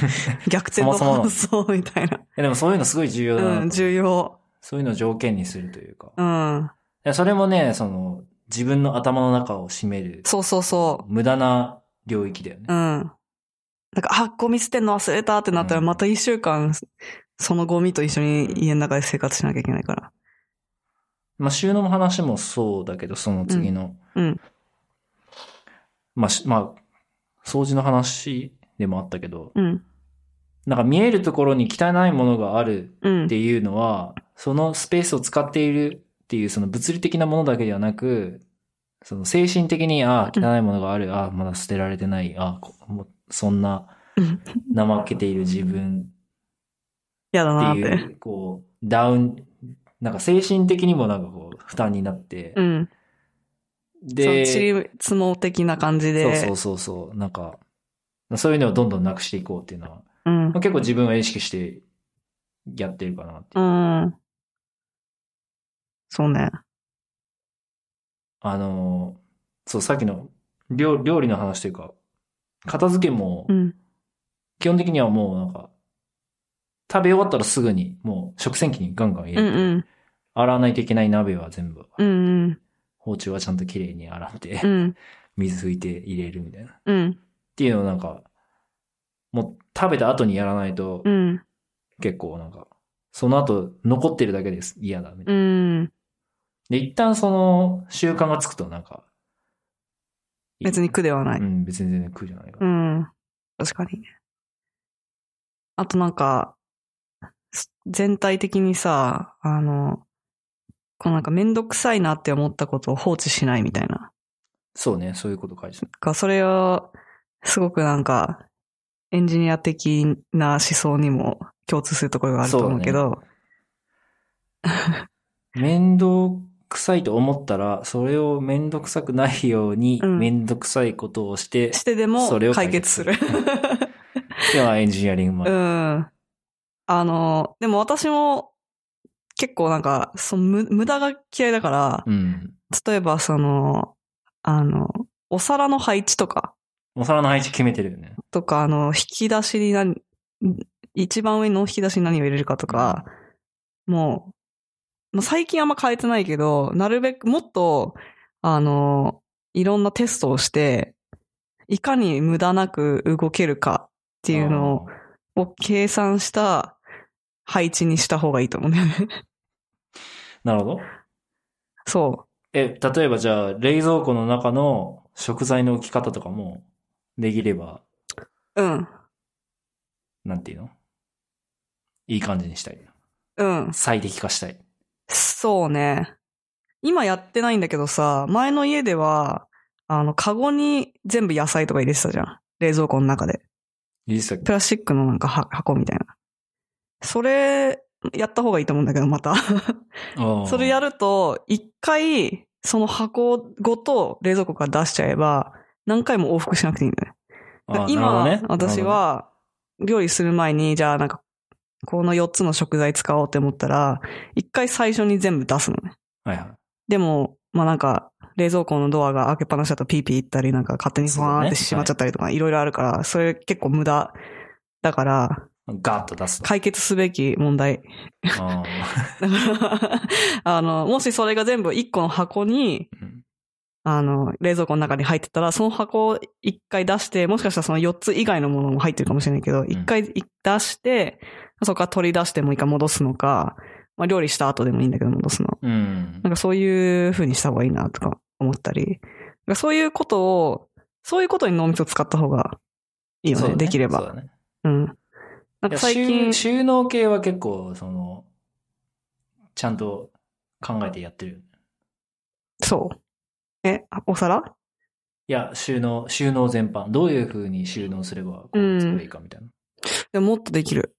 逆転のそも発想みたいな。えでもそういうのすごい重要だなと思う、うん、重要。そういうのを条件にするというか。いうん。やそれもね、その、自分の頭の中を占める、そうそうそ無駄な領域だよね。う。うん。なんか、あ、ゴミ捨てんの忘れたってなったらうんまた一週間、そのゴミと一緒に家の中で生活しなきゃいけないから。まあ、収納の話もそうだけど、その次の。うんうんまあ、しまあ、掃除の話でもあったけど、うん。なんか見えるところに汚いものがあるうんって。いうのは、そのスペースを使っているっていう、その物理的なものだけではなく、その精神的に、ああ、汚いものがある、ああ、まだ捨てられてない、ああ、こもうそんなうん怠けている自分嫌だなっってて。いう、こう、ダウン、なんか精神的にもなんかこう、負担になってう、ん。そので、チリツモ的な感じで。そうそうそうそう、なんか、そういうのをどんどんなくしていこうっていうのは、うんまあ、。結構自分は意識してやってるかなっていううん。そうね。あのー、そう、さっきの料料理の話というか、片付けもう、ん。基本的にはもうなんか、食べ終わったらすぐに、もう食洗機にガンガン入うれんて、うん。洗わないといけない鍋は全部、うんうん。包丁はちゃんと綺麗に洗って、うん。水拭いて入れるみたいな。っうん。ていうのをなんか、もう食べた後にやらないと、うん。結構なんか、その後残ってるだけです。嫌だ、みたいな。うん。で、一旦その習慣がつくとなんか、。別に苦ではないうん、別に全然苦じゃないかうら。ん。確かにね。あとなんか、す全体的にさ、あの、こうなんかめんどくさいなって思ったことを放置しないみたいな。そうね、そういうこと書いてた。がそれを、すごくなんか、エンジニア的な思想にも共通するところがあると思うけど、面倒くさいと思ったら、それを面倒くさくないように、うん面倒くさいことをして、してでもそれを解決する。ではエンジニアリングま うで。ん。あの、でも私も結構なんか、その無無駄が嫌いだから、うん。例えばその、あの、お皿の配置とか、お皿の配置決めてるよね。とか、あの、引き出しに何、一番上の引き出しに何を入れるかとか、もう、まあ、最近あんま変えてないけど、なるべくもっと、あの、いろんなテストをして、いかに無駄なく動けるかっていうのをあー。を計算した配置にした方がいいと思うんだよね。 なるほど。そえ、例えばじゃあ、冷蔵庫の中の食材の置き方とかも、できれば、う。うん。なんていうのいい感じにしたい。うん。最適化したい。そうね。今やってないんだけどさ、前の家では、あの、カゴに全部野菜とか入れてたじゃん。冷蔵庫の中で。いいっすよプラスチックのなんかは箱みたいな。それ、やった方がいいと思うんだけど、 また。 それやる。ると、一回、その箱ごと冷蔵庫から出しちゃえば、何回も往復しなくていいんだよね。あー今、なるほどね私、は、料理する前に、じゃあなんか、この4つの食材使おうって思ったら、一回最初に全部出すのね。なるほどねはいはい。でも、まあなんか、冷蔵庫のドアが開けっぱなしだとピーピー行ったり、なんか勝手にファーンって閉まっちゃったりとか、いろいろあるから、それ結構無駄だから、ガッと出すと。解決すべき問題。あーだから、あの、もしそれが全部1個の箱に、うんあの、冷蔵庫の中に入ってたら、その箱を一回出して、もしかしたらその4つ以外のものも入ってるかもしれないけど、一回い出して、そこから取り出してもう一回戻すのか、まあ料理した後でもいいんだけど戻すの。うんなん。かそういう風にした方がいいなとか思ったり、なんかそういうことを、そういうことに脳みそを使った方がいいよそうね、だできれそうだば。ねうん。なんいかや最近収、収納系は結構、その、ちゃんと考えてやってる。そう。え、あお皿いや、収納、収納全般。どういう風に収納すれば、こうんう、作ればいいかみたいでももっとできる。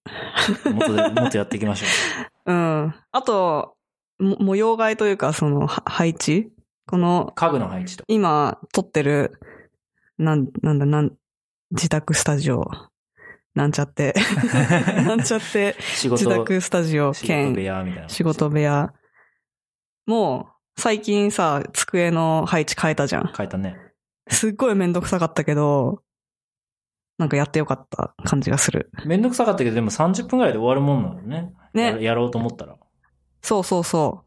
な。もっとで、もっとやっていきましょ うん。あと、も模様替えというか、その、は配置このう。、家具の配置と。今、撮ってる、なん、なんだ、なん、自宅スタジオなんちゃって、 なんちゃって、仕事自宅スタジオ仕事部兼屋みたいな。仕事部屋。もう、最近さ、机の配置変えたじゃん。変えたね。すっごいめんどくさかったけど、なんかやってよかった感じがする。めんどくさかったけど、でも30分ぐらいで終わるもんなのね。やねろ。やろうと思ったら。そうそうそ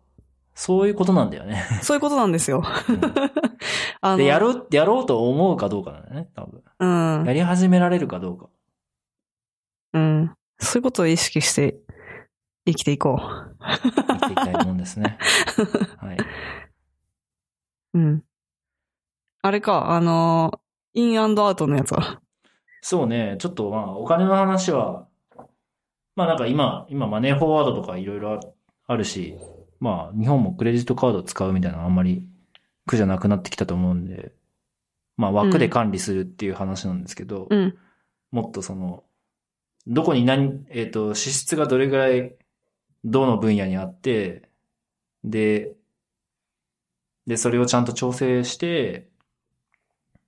そういうことなんだよ ね。う。そういうことなんです よ。うんあの、で、やろう、やろうと思うかどうかだよね、多分。うんや。り始められるかどうか。うん。そういうことを意識して生きていこやっていきたいもんで すね。はい。う。うん。あれか、あのー、インアウトのやつは。そうね、ちょっとまあ、お金の話は、まあなんか今、今マネーフォワードとかいろいろあるし、まあ日本もクレジットカード使うみたいなのあんまり苦じゃなくなってきたと思うんで、まあ枠で管理するっていう話なんですけど、うん。もっとその、どこに何、えっ、と、支出がどれぐらい、どの分野にあって、で、で、それをちゃんと調整して、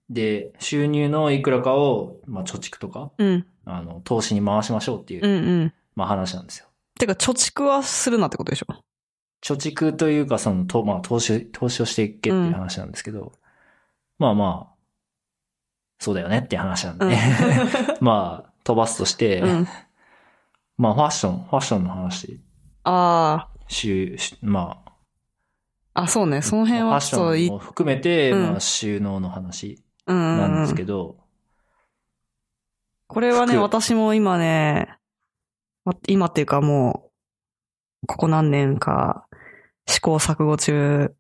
で、収入のいくらかを、まあ、貯蓄とか、うん。あの、投資に回しましょうっていう、うんうん。まあ、話なんですよ。てか、貯蓄はするなってことでしょ。貯蓄というか、その、と、まあ、投資、投資をしていけっていう話なんですけど、まあまあ、そうだよねっていう話なんで、うん まあ、飛ばすとして、うん。まあ、ファッション、ファッションの話、あ収、しまあ、あ。あ、そうね。その辺ファッはシちょっといョンい。も含めて、うんまあ、収納の話うんうなんんうですん。けど、これはね、服私も今ね、ま今っていうかもう、ここ何年か、試行錯誤中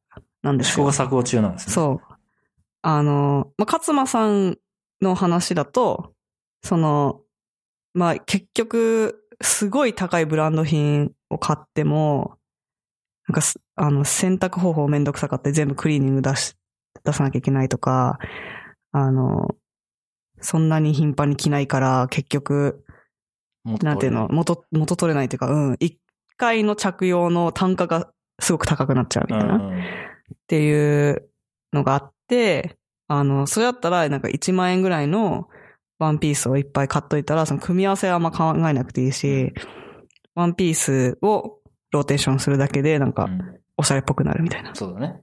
なんです試よ行錯誤中なんですね。そう。あの、まあ、勝間さんの話だと、その、まあ、結局、すごい高いブランド品を買っても、なんかす、あの、洗濯方法めんどくさかって全部クリーニング出し、出さなきゃいけないとか、あの、そんなに頻繁に着ないから、結局、もっとなんていうの、元、元取れないというか、うん、一回の着用の単価がすごく高くなっちゃうみうたんいな。うんっていうのがあって、あの、それだったらなんか1万円ぐらいのワンピースをいっぱい買っといたら、その組み合わせはあんま考えなくていいし、ワンピースをローテーションするだけでなんうかんおしゃれっぽくなるみたいな。そうだね。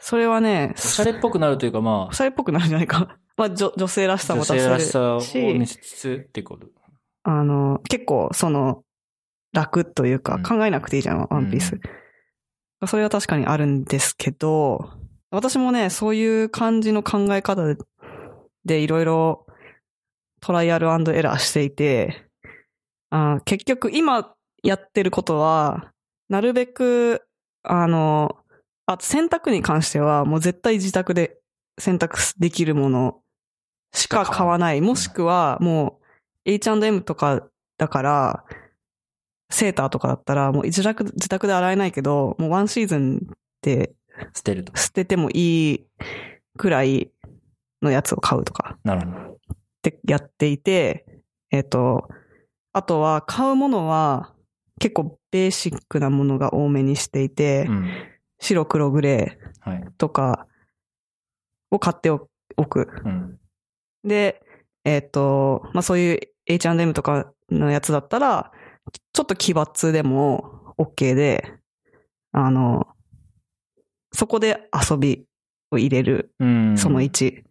それはね、おしゃれっぽくなるというか、まおあ、しゃれっぽくなるんじゃないか。 まあ、女女性らしさも女出せる性らしさをし見せつつってこと。あの、結構、その、楽といううか、ん考えなくていいじゃん、ワンピース。それは確かにあるんですけど、私もね、そういう感じの考え方で、でいろいろ、トライアルエラーしていて、あー結局、今やってることは、なるべく、あの、あと洗濯に関しては、もう絶対自宅で洗濯できるものしか買わない。もしくは、もう、H&M とかだから、セーターとかだったら、もう自宅、自宅で洗えないけど、もうワンシーズンで捨てると。捨ててもいいくらいのやつを買うとかなるほど。ってやっていて、えっ、と、あとは買うものは結構ベーシックなものが多めにしていて、うん。白黒グレーはい。とかを買っておく。うん。で、えっ、と、まあ、そういう H&M とかのやつだったら、ちょっと奇抜でも OK で、あの、そこで遊びを入れる、うん。その1。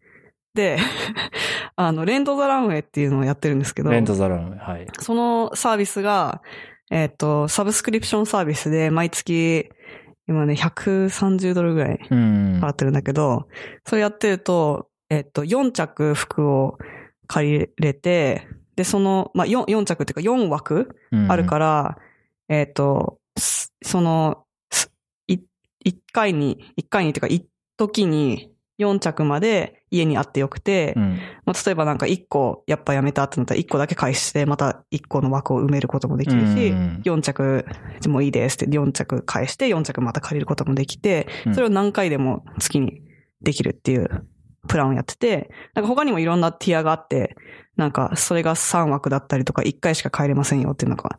で、 あの、レントザランウェイっていうのをやってるんですけど、レントザラム、はい。そのサービスが、えっ、と、サブスクリプションサービスで毎月、今ね、130ドルぐらいうん。払。ってるんだけど、それやってると、えっと、4着服を借りれて、で、その、まあ、4, 4着っていうか4枠あるからら、えっと、すその、すい一回に、一回にっていうか、一時に4着まで家にあってよくて、うん。まあ、例えばなんか1個やっぱやめたってなったら1個だけ返して、また1個の枠を埋めることもできるし、うん4着もういいですって4着返して4着また借りることもできてうん、それを何回でも月にできるっていうプランをやってて、なんか他にもいろんなティアがあって、なんかそれが3枠だったりとか1回しか帰れませんよっていうのが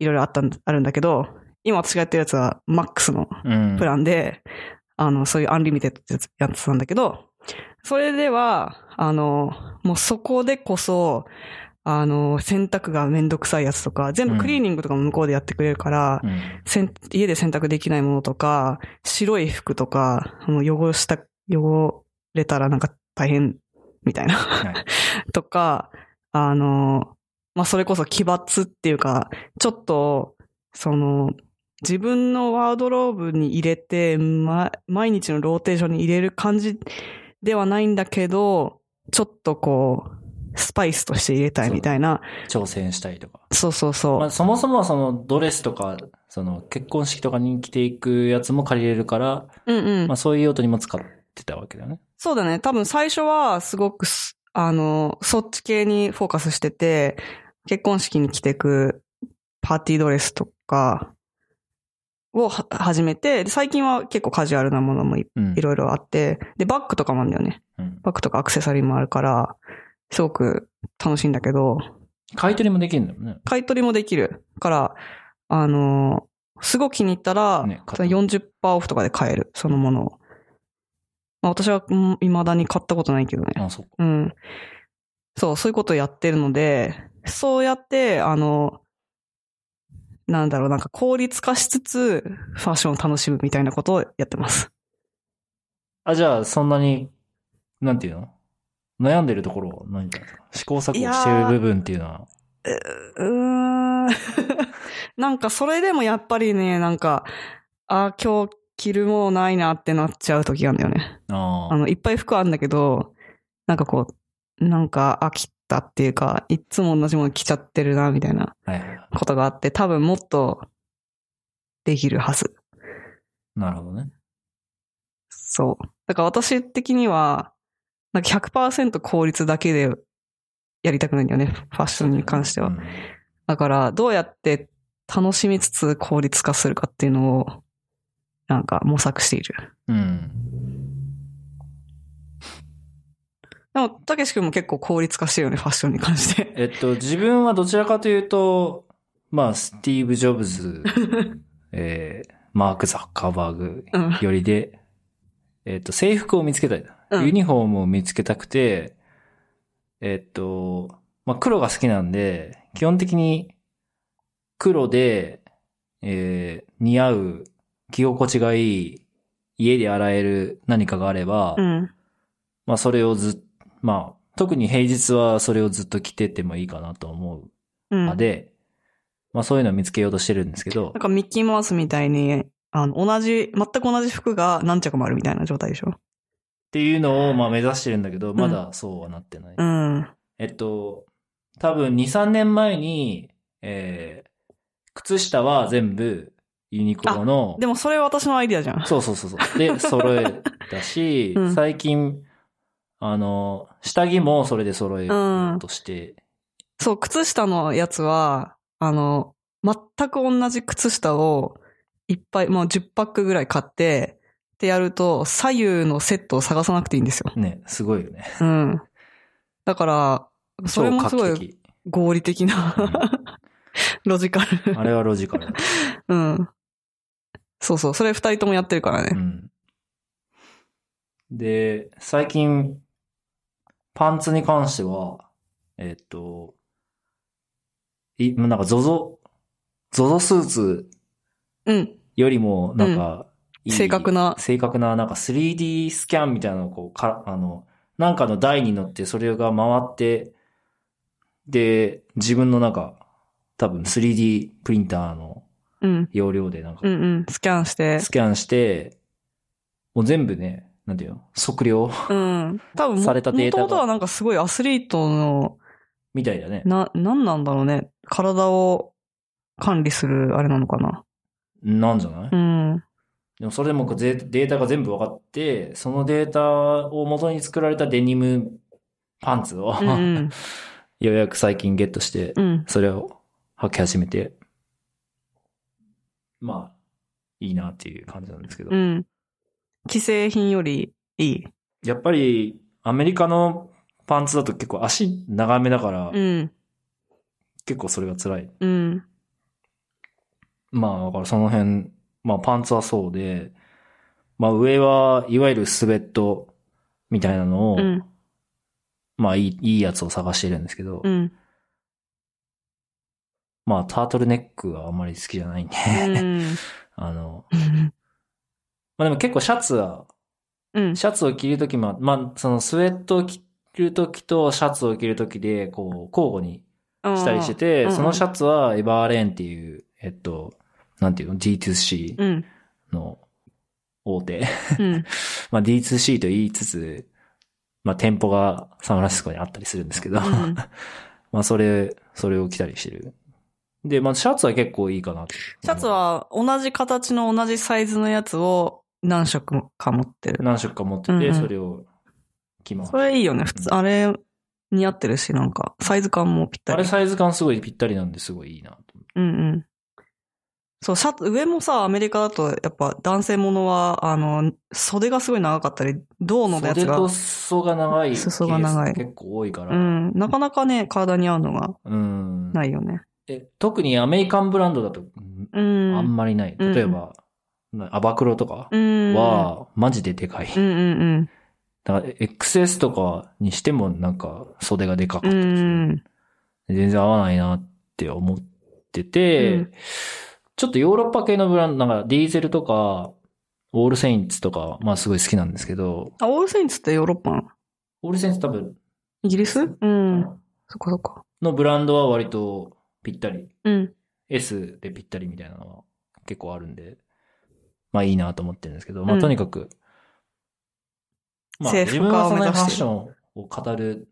いろいろあったん、あるんだけど、今私がやってるやつはマックスのうん。プランで、あの、そういうアンリミテッドってやつやってたんだけど、それでは、あの、もうそこでこそ、あの、洗濯がめんどくさいやつとか、全部クリーニングとかも向こうでやってくれるから、うん。せん家で洗濯できないものとか、白い服とか、もう汚した、汚れたらなんか大変みたいな。はい。 とか、あの、まあ、それこそ奇抜っていうか、ちょっと、その、自分のワードローブに入れて、ま、毎日のローテーションに入れる感じではないんだけど、ちょっとこう、スパイスとして入れたいみたいな。挑戦したりとか。そうそうそう。まあ、そもそもはそのドレスとか、その結婚式とかに着ていくやつも借りれるから、うんうん。まあそういう用途にも使ってたわけだよね。そうだね。多分最初はすごくす、あの、そっち系にフォーカスしてて、結婚式に着てくパーティードレスとかをは始めて、で最近は結構カジュアルなものもいうん。いろいろあって、で、バッグとかもあるんだよね。うん。バッグとかアクセサリーもあるから、すごく楽しいんだけど、買い取りもできるんだもんね。買い取りもできるから、あの、すごく気に入ったら、ね買った40%オフとかで買える、そのものを。まあ私はうん未だに買ったことないけどね。あ、そっか。うん。そう、そういうことをやってるので、そうやって、あの、なんだろう、なんか効率化しつつ、ファッションを楽しむみたいなことをやってます。あ、じゃあそんなに、なんていうの悩んでるところはないんだろう試行錯誤してる部分っていうのは。うーん。 なんかそれでもやっぱりね、なんか、あー、今日着るものないなってなっちゃう時があるんだよね。ああの、いっぱい服あるんだけど、なんかこう、なんか飽きたっていうか、いっつも同じもの着ちゃってるな、みたいな。あ。はいはいはことがあって、多分もっとできるはず。い。なるほどね。そう。だから私的には、なんか100%効率だけでやりたくないんだよね。ファッションに関しては。うんだから、どうやって楽しみつつ効率化するかっていうのを、なんか模索している。うん。でも、たけし君も結構効率化してるよね、ファッションに関して。えっと、自分はどちらかというと、まあ、スティーブ・ジョブズ、えー、マーク・ザッカーバーグ うん。よりで、えっと、制服を見つけたいな。うんユニフォームを見つけたくて、えっと、まあ、黒が好きなんで、基本的に黒で、えー、似合う、着心地がいい、家で洗える何かがあれば、うん。まあそれをずっ、まあ特に平日はそれをずっと着ててもいいかなと思う。うんので、まあそういうのを見つけようとしてるんですけどなん、かミッキーマウスみたいに、あの、同じ、全く同じ服が何着もあるみたいな状態でしょっていうのをまあ目指してるんだけど、まだそうはなってない。うん。えっと、多分2、3年前に、えー、靴下は全部ユニクロの、でもそれ私のアイディアじゃん。 そうそうそうそう。で、揃えたし、うん最近、あの、下着もそれで揃えようとして、そう、靴下のやつは、あの、全く同じ靴下をいっぱい、もう10パックぐらい買って、ってやると、左右のセットを探さなくていいん ですよ。ね、すごいよね。うん。だから、それもすご超い画期的合理的な、 ロジカル。あれはロジカルだ。うん。そうそう、それ二人ともやってるからうね。ん。で、最近、パンツに関しては、えっと、い、なんか ZOZO、ZOZO スーツうん。よりも、なんか、いい正確な正確な、なんか 3D スキャンみたいなのをこう、か、あの、なんかの台に乗って、それが回って、で、自分のなんか、多分 3D プリンターのうん。容量で、なんかうん、うん。スキャンして。スキャンして、もう全部ね、なんていうの測量 うん。多分も、されたデータがもともとはなんかすごいアスリートのみたいだね。な、なんなんだろうね。体を管理するあれなのかな。なんじゃない、うん。でもそれでもこうデデータが全部分かって、そのデータを元に作られたデニムパンツを、うんうん、 ようやく最近ゲットして、うん。それを履き始めて、まあ、いいなっていう感じなんですけど。うん。既製品よりいい。やっぱり、アメリカのパンツだと結構足長めだから、うん。結構それが辛い。うん。まあ、だからその辺、まあパンツはそうで、まあ上はいわゆるスウェットみたいなのを、うん。まあいい、いいやつを探してるんですけど、うん。まあ、タートルネックはあんまり好きじゃないんで、 うん。あの、まあでも結構シャツは、うん。シャツを着るときも、まあ、そのスウェットを着るときとシャツを着るときで、こう、交互にしたりしてて、うんそのシャツはエバーレーンっていう、えっと、なんていうの ?D2C うん。の大手。うん。まあ D2C と言いつつ、まあ店舗がサンフランシスコにあったりするんですけど、ん まあそれ、それを着たりしてる。で、まあシャツは結構いいかなと。シャツは同じ形の同じサイズのやつを何色か持ってる。何色か持ってて、うんうんそれを着ますそ。れいいよね。普通、あれ似合ってるし、なんか、サイズ感もぴっあたれり。サイズ感すごいぴったりなんですごいいいなと思って。うんうん。そう、シャツ、上もさ、アメリカだと、やっぱ男性ものは、あの、袖がすごい長かったり、銅のやつ袖がと、裾が長い。裾が長い結構多いかうら。ん、なかなかね、体に合うのがうん。ないよね。え特にアメリカンブランドだと、うんうあんん。まりない。うん例えば、なアバクロとかうん。は、マジででかい。うんうんだから、XS とかにしても、なんか、袖がでかかうっん。たうりするん。全然合わないなって思ってて、うんちょっとヨーロッパ系のブランド、なんか、ディーゼルとか、オールセインツとか、まあすごい好きなんですけど、あ、オールセインツってヨーロッパなのオールセインツ多分、イギリスうん。そこそこ。のブランドは割とぴったり、うん。 S でぴったりみたいなのは結構あるんで、まあいいなと思ってるんですけど、うまあんとにかく、まあ制自服分化はをそん目なに指ファしッてションを語る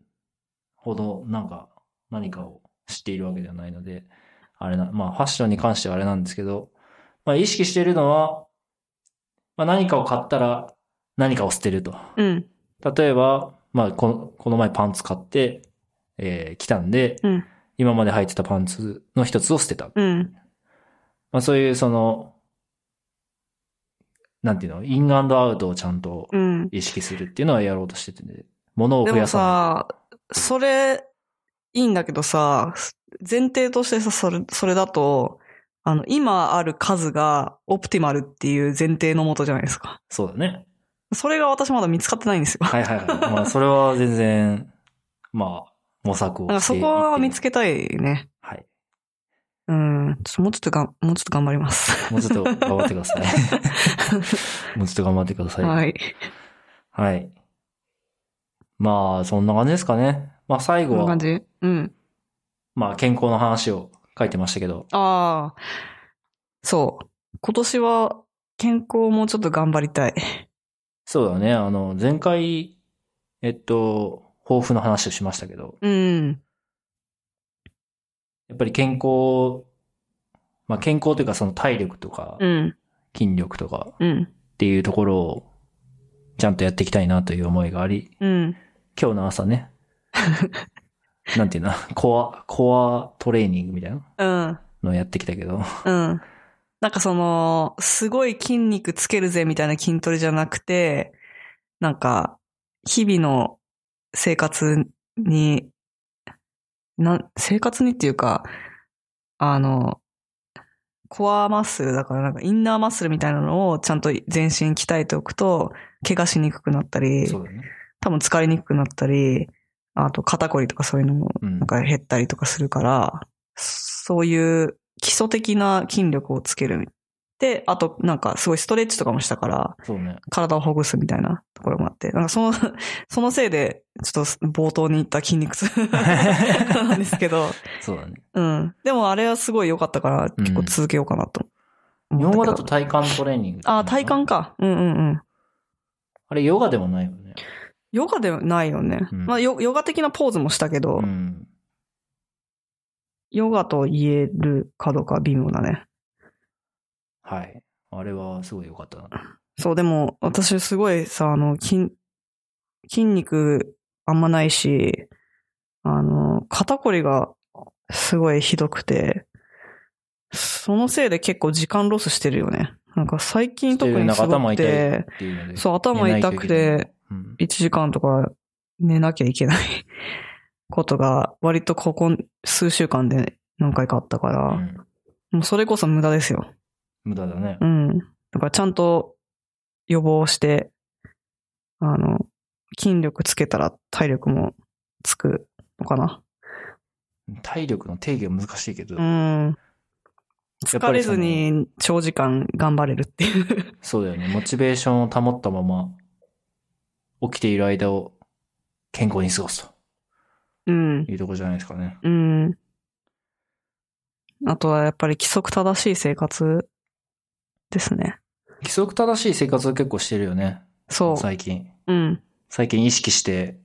ほどなんか何かを知っているわけではないので、あれな、まあファッションに関してはあれなんですけど、まあ意識しているのは、まあ何かを買ったら何かを捨てると。うん。例えば、まあ、この、この前パンツ買って、えー、来たんで、うん今まで履いてたパンツの一つを捨てた。うん。まあ、そういう、その、なんていうの、インアンドアウトをちゃんとうん。意識するっていうのはやろうとしてて、物をで増やもささ、それ、いいんだけどさ、前提としてさ、それ、それだと、あの、今ある数がオプティマルっていう前提のもとじゃないですか。ない。そうだね。それが私まだ見つかってないんで すよ。はいはいはい。まあ、それは全然、 まあ、模索をなんかしてそいってこは見つけたいね。はい。うん。ちょっともうちょっとがん、もうちょっと頑張ります。もうちょっと頑張ってください。 もうちょっと頑張ってください。はい。はい。まあ、そんな感じですかね。まあ、最こ後んなは感、じうん。まあ、健康の話を書いてましたけど、ああ。そう。今年は健康をもうちょっと頑張りたい。そうだね、あの、前回、えっと、抱負の話をしましたけど、うん。やっぱり健康、まあ、健康というか、その体力とかう、ん。筋力とかうん。っていうところを、ちゃんとやっていきたいなという思いがあり、うん。今日の 朝ね、なんていうの、コア、コアトレーニングみたいなうん。のをやってきたけど、うん。なんかその、すごい筋肉つけるぜみたいな筋トレじゃなくて、なんか、日々の生活に、なん、生活にっていうか、あの、コアマッスルだからなんかインナーマッスルみたいなのをちゃんと全身鍛えておくと、怪我しにくくなったり、そうだね。多分疲れにくくなったり、あと肩こりとかそういうのもうんなん。か減ったりとかするから、そういう基礎的な筋力をつける。で、あとなんかすごいストレッチとかもしたから、そうね。体をほぐすみたいなところもあって、なんかその、 そのせいで、ちょっと冒頭に言った筋肉痛 なんですけど、そうだね。うん。でもあれはすごい良かったから、うん結構続けようかなと日思っ本たけど。語だと体幹トレーニング。あ、体幹か。うんうんうん。あれ、ヨガでもないよね。ヨガではないよね。うんまあヨ、ヨガ的なポーズもしたけど、うん。ヨガと言えるかどうかは微妙だね。はい。あれはすごい良かったな。そう、でも、私すごいさ、あの、筋、筋肉あんまないし、あの、肩こりがすごいひどくて、そのせいで結構時間ロスしてるよね。なんか最近特になんすかご頭く、痛いってていうので。そう、頭痛くて、うん。 1時間とか寝なきゃいけない ことが、割とここ数週間で何回かあったかうら、ん。もうそれこそ無駄ですよ。無駄だねう。ん。だからちゃんと予防して、あの、筋力つけたら体力もつくのかな。体力の定義は難しいけど、うん。やっぱ疲りれそのずに長時間頑張れるっていう。 そうだよね。モチベーションを保ったまま、起きている間を健康に過ごすうんと。いうとこじゃないですかね。うん。あとはやっぱり規則正しい生活ですね。規則正しい生活を結構してるよね。そ最近。う。うん。最近意識して、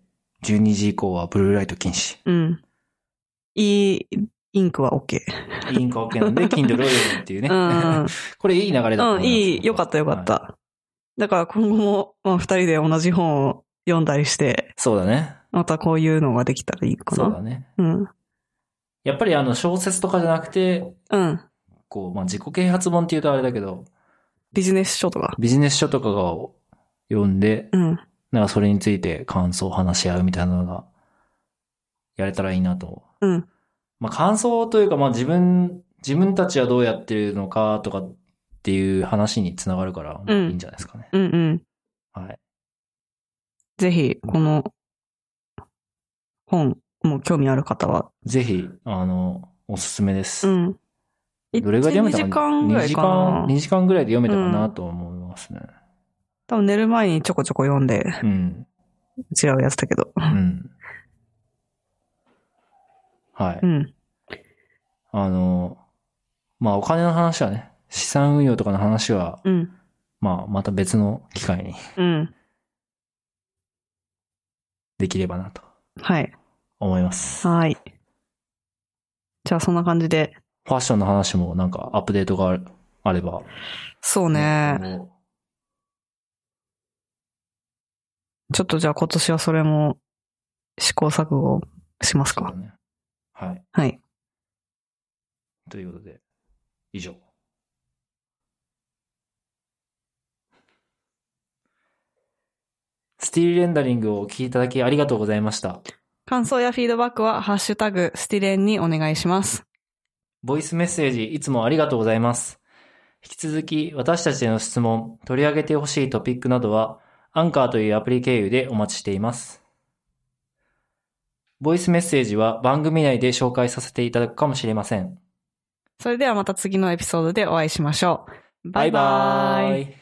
12時以降はブルーライト禁止。うん。いい、インクは OK。いいんか OK なんで、Kindle を読むっていうね。うん。 これいい流れだったとう思ん、いますいい。よかったよかっはいた。だから今後も、まあ、二人で同じ本を読んだりして、そうだね。またこういうのができたらいいかそうだな。ね。うん。やっぱりあの、小説とかじゃなくて、うん。こう、まあ、自己啓発本っていうとあれだけど、ビジネス書とか。ビジネス書とかを読んで、うん。なんかそれについて感想を話し合うみたいなのが、やれたらいいなと。うん。まあ、感想というか、まあ、自分、自分たちはどうやってるのかとかっていう話につながるから、まあうんいいんじゃないですかね。うんうん。はい。ぜひ、この本、もう興味ある方は。ぜひ、あの、おすすめです。うん。どれぐらいで読めた1 2時間ぐらいかな2時間、2時間ぐらいで読めたかなと思いますね。多分寝る前にちょこちょこ読んで、うん。違うやつだけど。。うん。はいうん。あの、まあお金の話はね、資産運用とかの話は、うん。まあまた別の機会にうん。できればなとはい。思います。はい。じゃあ、そんな感じで。ファッションの話もなんかアップデートがあるあれば。そうね。あのちょっとじゃあ今年はそれも試行錯誤しますそうだか。ね。はい。はい。ということで、以上。スティールレンダリングをお聞きいただきありがとうございました。感想やフィードバックはハッシュタグスティレンにお願いします。ボイスメッセージいつもありがとうございます。引き続き私たちへの質問、取り上げてほしいトピックなどは、アンカーというアプリ経由でお待ちしています。ボイスメッセージは番組内で紹介させていただくかもしれません。それではまた次のエピソードでお会いしましょう。バイバーイ。イ